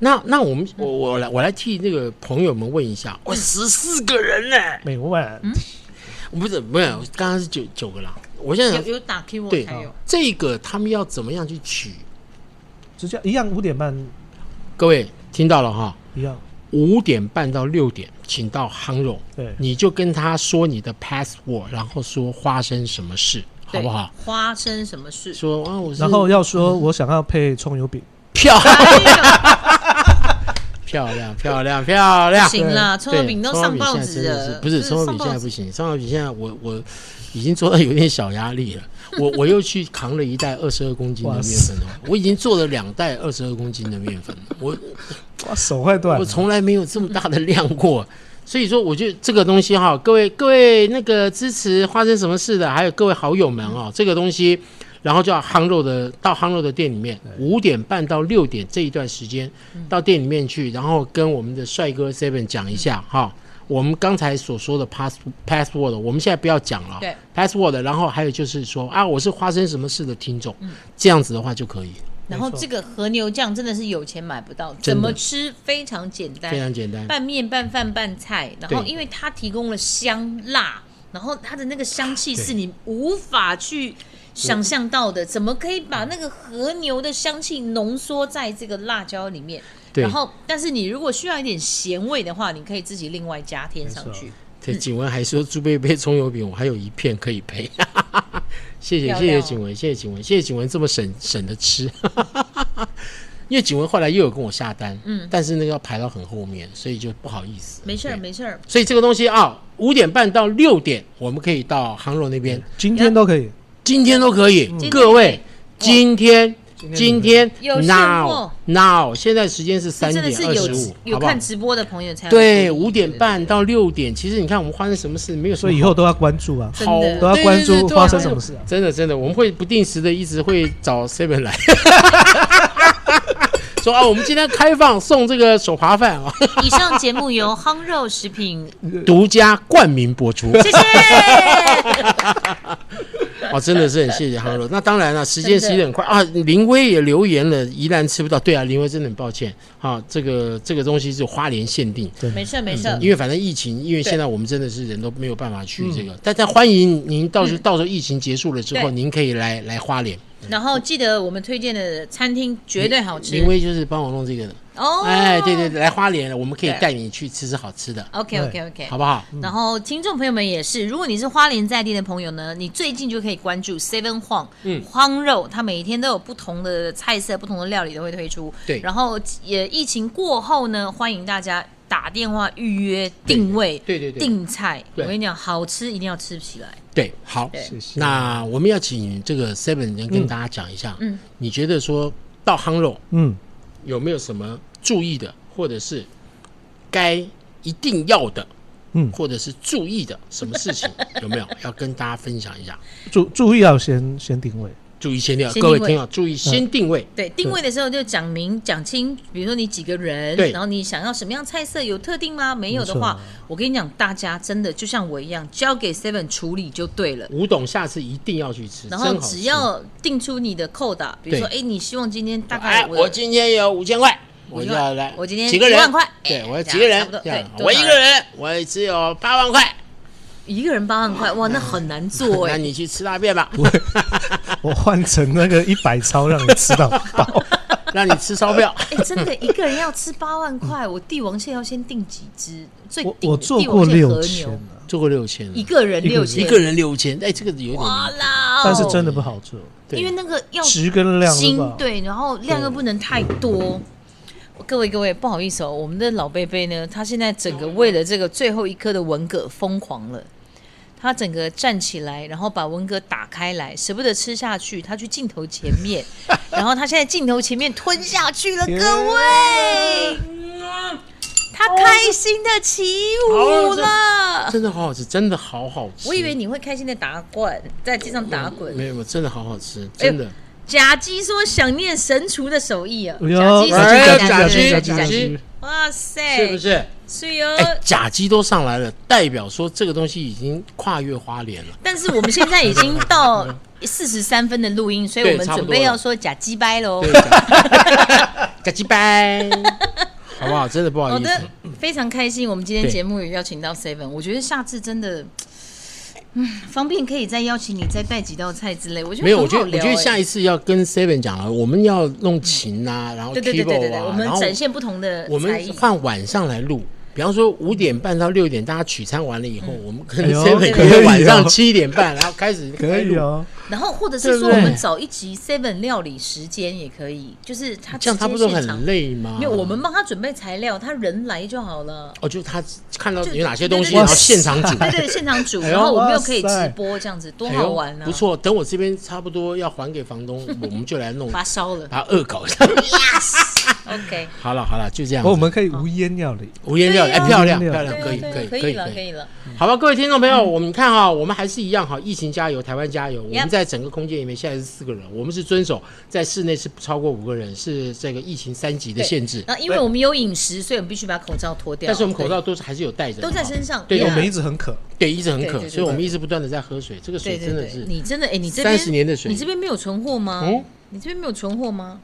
S1: 那那我们我我来我来替那个朋友们问一下，我十四个人呢、
S3: 每晚
S1: 嗯不是不是，刚刚是九九个啦，我现在
S2: 有
S1: 想
S2: 有打 Q 我
S1: 对
S2: 才有。
S1: 这个他们要怎么样去取？
S3: 直接一样五点半
S1: 各位听到了哈，
S3: 一样，
S1: 五点半到六点，请到夯肉，
S3: 对，
S1: 你就跟他说你的 password，然后说发生什么事，好
S2: 对哦
S1: 不好？？
S2: 花生什么事？
S1: 说 啊，我是
S2: 哎
S3: 然后要说我想要配葱油饼，
S1: 漂
S2: 哎呦
S1: 漂亮，漂亮，漂亮！
S2: 行啦，
S1: 对
S2: 葱油饼都上报
S1: 葱油饼现在
S2: 纸
S1: 真的
S2: 了，
S1: 是不是
S2: 这
S1: 葱油饼现
S2: 上报
S1: 在
S2: 纸
S1: 不行，葱油饼现在我我已经做到有点小压 力了。我我又去扛了一袋二十二公斤的
S3: 哇
S1: 面
S3: 塞
S1: 粉哦，我已经做了两袋二十二公斤的面粉了，我
S3: 哇，手快断
S1: 我
S3: 了。
S1: 从来没有这么大的量过。所以说，我觉得这个东西哈，各位各位那个支持发生什么事的，还有各位好友们哦，这个东西，然后叫夯肉的到夯肉的店里面，五点半到六点这一段时间到店里面去，然后跟我们的帅哥 Seven 讲一下哈。我们刚才所说的 pass password，我们现在不要讲了
S2: 对
S1: password，然后还有就是说啊，我是发生什么事的听众，这样子的话就可以，
S2: 然后
S3: 没错
S2: 这个和牛酱真的是有钱买不到，
S1: 真的
S2: 怎么吃非常简
S1: 非
S2: 单，
S1: 常简单。
S2: 拌面、拌饭、拌菜。然后
S1: 嗯对
S2: 因为它提供了香辣，然后它的那个香气
S1: 对
S2: 是你无法去想象到的。怎么可以把那个和牛的香气浓缩在这个辣椒里面？
S1: 对
S2: 然，后，但是你如果需要一点咸味的话，你可以自己另外加添上去。
S1: 对，景文还说猪贝贝葱油饼，我还有一片可以配。谢谢
S2: 漂
S1: 谢谢
S2: 亮
S1: 景文，谢谢景文，谢谢景文这么省省的吃。因为景文后来又有跟我下单，嗯，但是那个要排到很后面，所以就不好意思。
S2: 没事儿，
S1: 对
S2: 没事儿。
S1: 所以这个东西啊，五点半到六点，我们可以到杭州那边，
S3: 今天都可以，
S1: 今天都可以。
S2: 天
S1: 各位，
S2: 嗯可以
S1: 今天今
S3: 今
S1: 天
S2: 有现
S1: now
S2: 货
S1: now，现在时间是
S2: 这
S1: 三
S2: 真
S1: 点
S2: 的是
S1: 二
S2: 有
S1: 十五，
S2: 有
S1: 好不好
S2: 看？直播的朋友才有
S1: 对，
S2: 注意
S1: 五点。半到六点，其实你看我们发生什么事没有什
S3: 所
S1: 么
S3: 以以
S1: 好
S3: 后都要关注啊，
S2: 真
S1: 好
S2: 的
S3: 都要关注
S1: 对对对
S3: 发生什么事啊
S1: 真的真的，我们会不定时的一直会找 Seven 来， 说啊，我们今天开放送这个手扒饭啊，
S2: 以上节目由夯肉食 品
S1: 独家冠名播出
S2: 谢
S1: 嗯
S2: 谢。
S1: 哦，真的是很谢谢哈喽。那当然了、时间
S2: 真的
S1: 其实很快啊，林威也留言了，宜兰吃不到，对啊，林威真的很抱歉啊，这个这个东西是花莲限定。嗯
S2: 没事没事，
S1: 因为反正疫情，因为现在我们真的是人都没有办法去这个，但但欢迎您到时候、到时候疫情结束了之后，
S2: 嗯对
S1: 您可以来来花莲，
S2: 然后记得我们推荐的餐厅绝对好吃
S1: 林威就是帮我弄这个的，
S2: 哦。
S1: 哎，对对对，来花莲了，我们可以
S2: 对
S1: 带你去吃吃好吃的，
S2: ，OK OK OK。
S1: 好不嗯好？
S2: 然后听众朋友们也是，如果你是花莲在地的朋友呢，你最近就可以关注 Seven 晃，嗯，荒肉，它每天都有不同的菜色、不同的料理都会推出。
S1: 对
S2: 然后也疫情过后呢，欢迎大家打电话预约定位、
S1: 对对对
S2: 订菜。我
S1: 对
S2: 跟你讲，好吃一定要吃起来。
S1: 对，好。
S2: 对
S3: 谢谢。
S1: 那我们要请这个 Seven 能跟大家讲一下，
S2: 嗯，
S1: 你觉得说到夯肉
S3: 嗯，
S1: 有没有什么注意的，或者是该一定要的，
S3: 嗯
S1: 或者是注意的什么事 情，有没有要跟大家分享一下？
S3: 注注意要先先定 位，
S1: 注意先定，
S2: 先
S1: 各位
S2: 定位嗯
S1: 听好，注意先定位，
S2: 对，定位的时候就讲明讲清，比如说你几个人，
S1: 对
S2: 然后你想要什么样菜色，有特定吗？没有的
S3: 没
S2: 话
S3: 错，
S2: 我跟你讲，大家真的就像我一样，交给 Seven 处理就对了。
S1: 吴董下次一定要去吃，
S2: 然
S1: 嗯真
S2: 后
S1: 好吃
S2: 只要定出你的扣打，比如说，哎，你希望今天大概
S1: 哎，我今天有五千块，我就要来，
S2: 我今天
S1: 几个人，
S2: 一万块
S1: 对
S2: 哎
S1: 我有
S2: 这
S1: 几个
S2: 样
S1: 人
S2: 差不多，
S1: 这样
S2: 对
S1: 我
S2: 多
S1: 一
S2: 少
S1: 个人，我只有八万块，
S2: 一个人八万块，
S1: 嗯
S2: 哇，那很 难做
S1: 那
S2: 哎。
S1: 你去吃大便吧，
S3: 我换成那个一百超让你吃到饱。
S1: 让你吃钞票。
S2: 哎，真的，一个人要吃八万块，我帝王蟹要先订几只？最
S3: 我
S2: 顶
S3: 我
S2: 的
S3: 做
S2: 帝
S3: 过
S2: 王蟹
S3: 六
S2: 和
S3: 千啊
S2: 牛，
S3: 了，
S1: 做过六千，
S2: 一个人
S3: 一个
S2: 六
S3: 人
S2: 千，
S1: 一个人六千，哎，这个有点
S2: 哇啦哦！
S3: 但是真的不好做，
S1: 对
S2: 因为那个要
S3: 值跟量
S2: 精
S3: 都不好。
S2: 哦对，然后量又不能太多。各位各位，不好意思哦，我们的老贝贝呢，他现在整个为了这个最后一颗的文蛤疯狂了。他整个站起来，然后把文蛤打开来，舍不得吃下去。他去镜头前面，然后他现在镜头前面吞下去了。各
S3: 天
S2: 位，他开心的起舞了。
S1: 真的好好吃，真的好好吃。
S2: 我以为你会开心的打滚，在地上打滚。
S1: 没有，没有真的好好吃，
S2: 哎
S1: 真的。
S2: 甲基说想念神厨的手艺啊，
S3: 哎呦，
S1: 甲基基基甲
S2: 甲
S3: 甲甲甲
S1: 基
S3: 甲
S1: 甲基
S3: 基，
S2: 哎哇塞，
S1: 是不？是？
S2: 所以哦，
S1: 哎，甲基都上来了，代表说这个东西已经跨越花莲 了。
S2: 但是我们现在已经到四十三分的录音，所以我们
S1: 对差不
S2: 准
S1: 多
S2: 备要说假鸡掰喽
S1: 对。甲甲基拜，好不好？真的不好
S2: 好
S1: 意思。
S2: 的，非常开心，我们今天
S1: 对
S2: 节目也邀请到 Seven，我觉得下次真的。嗯，方便可以再邀请你再带几道菜之类，我觉得
S1: 没有，我
S2: 很
S1: 觉
S2: 好
S1: 得我
S2: 聊、
S1: 觉得下
S2: 欸。
S1: 一次要跟 Seven 讲了，我们要弄琴啊，然后
S2: 对对对对对
S1: keyboard
S2: 对，我
S1: 啊，
S2: 们
S1: 然后
S2: 展现不同的
S1: 我
S2: 才
S1: 们
S2: 艺。
S1: 换晚上来录，比方说五点半到六点，大家取餐完了以后，我们可能
S3: 哎呦
S1: seven
S2: 嗯可以
S1: 约晚上
S3: 哦
S1: 七点半，然后开 始
S3: 可以哦，
S2: 然后或者是
S1: 对
S2: 说我
S1: 不对
S2: 们找一集 Seven 料理时间也可以，就是他
S1: 开录，这样他不是
S2: 直接现场
S1: 很累吗？
S2: 没有，我们帮他准备材料，他人来就好了。
S1: 哦，就他看到
S2: 就
S1: 有哪些东西，
S2: 对对对
S1: 然后现场煮。
S2: 对对，现场煮，
S1: 哎呦
S2: 然后我们又
S3: 哇塞
S2: 可以直播，这样子多
S1: 哎
S2: 好
S1: 呦
S2: 玩啊！
S1: 不，错，等我这边差不多要还给房 东，我们就来弄，
S2: 把它
S1: 把
S2: 烧了。
S1: 它恶搞一下。
S2: OK，
S1: 好了好了，就这样
S3: 哦，我
S1: 子。
S3: 们可以无烟料理，
S1: 无烟料理，
S2: 对
S1: 哎，
S2: 啊
S1: 漂亮
S3: 对啊
S1: 漂
S2: 对
S1: 亮， 可以
S2: 对
S1: 可以
S2: 可
S1: 可以
S2: 了，可
S1: 以。
S2: 以了。
S1: 好吧，各位听众朋
S2: 嗯
S1: 友，我们看哈，我们还是一样哈，疫情加油，台湾加油。我们在整个空间里面现在是四个人，我们是遵守在室内是不超过五个人，是这个疫情三级的限制。
S2: 然后因为我们有饮食，所以我们必须把口罩脱掉。
S1: 但是我们口罩都是还是有戴着的
S2: 对
S1: 哈，
S2: 都在身上，
S1: 对
S3: 因为
S2: 呀
S3: 我们一直很渴，
S1: 对，一直很
S2: 对
S1: 渴
S2: 对，对
S1: 所以我们一直不断的在喝水，这个水
S2: 对对
S1: 真的
S2: 对，
S1: 是
S2: 你真的哎，你这边
S1: 三十年的水，
S2: 你这边没有存货吗
S1: 嗯？
S2: 你这边没有存货吗？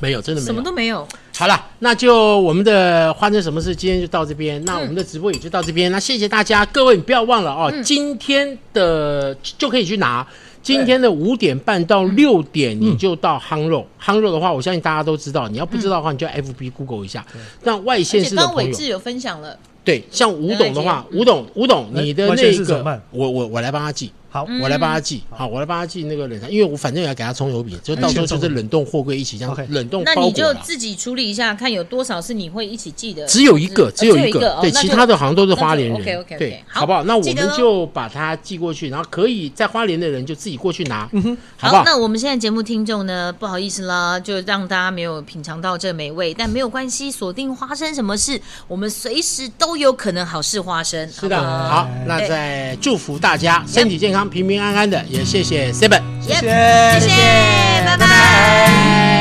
S1: 没有，真的没有，
S2: 什么都没有。
S1: 好了，那就我们的花生什么事今天就到这边，
S2: 嗯
S1: 那我们的直播也就到这边，那谢谢大家，各位你不要忘了
S2: 嗯
S1: 哦，今天的就可以去拿。今天的五点半到
S2: 嗯
S1: 六点，你就到夯肉。夯肉的话，我相信大家都知道。你要不知道的话，你就 FB Google 一下。让外
S2: 嗯而
S1: 县
S2: 且
S1: 市的
S2: 刚
S1: 朋
S2: 伟
S1: 友，
S2: 志有分享了，
S1: 对，像吴董的话，
S2: 嗯
S1: 吴董，吴董，
S3: 哎
S1: 你的
S3: 外县
S1: 那
S3: 市怎么
S1: 个
S3: 办，
S1: 我我我来帮他记。
S3: 好，
S2: 嗯
S3: 哎
S1: 我来帮他寄，好，我来帮他寄那个冷藏，因为我反正也要给他葱油饼，就到时候就是冷冻货柜一起这样
S3: OK
S1: 冷冻
S2: 那
S1: 包
S2: 你
S1: 裹
S2: 就
S1: 啦。
S2: 自己处理一下，看有多少是你会一起寄的。
S1: 只有一个，
S2: 呃
S1: 只
S2: 只
S1: 有
S2: 一
S1: 一个，对，
S2: 哦那
S1: 其
S2: 就
S1: 他的好像都是花莲
S2: 那就
S1: 人，
S2: OK，OK，OK，
S1: 对，
S2: 好
S1: 好不好？那我
S2: 记得
S1: 们
S2: 咯
S1: 就把它寄过去，然后可以在花莲的人就自己过去拿，好不
S2: 嗯好，
S1: 好？
S2: 那我们现在节目听众呢，不好意思啦，就让大家没有品尝到这美味，但没有关系，锁定花生什么事，我们随时都有可能好事花生。
S1: 是的，
S2: 好不好
S1: 好，那再祝福大家身体健康、平平安安的，也谢谢 Seven，
S2: Yep，
S3: 谢
S2: 谢谢，拜拜。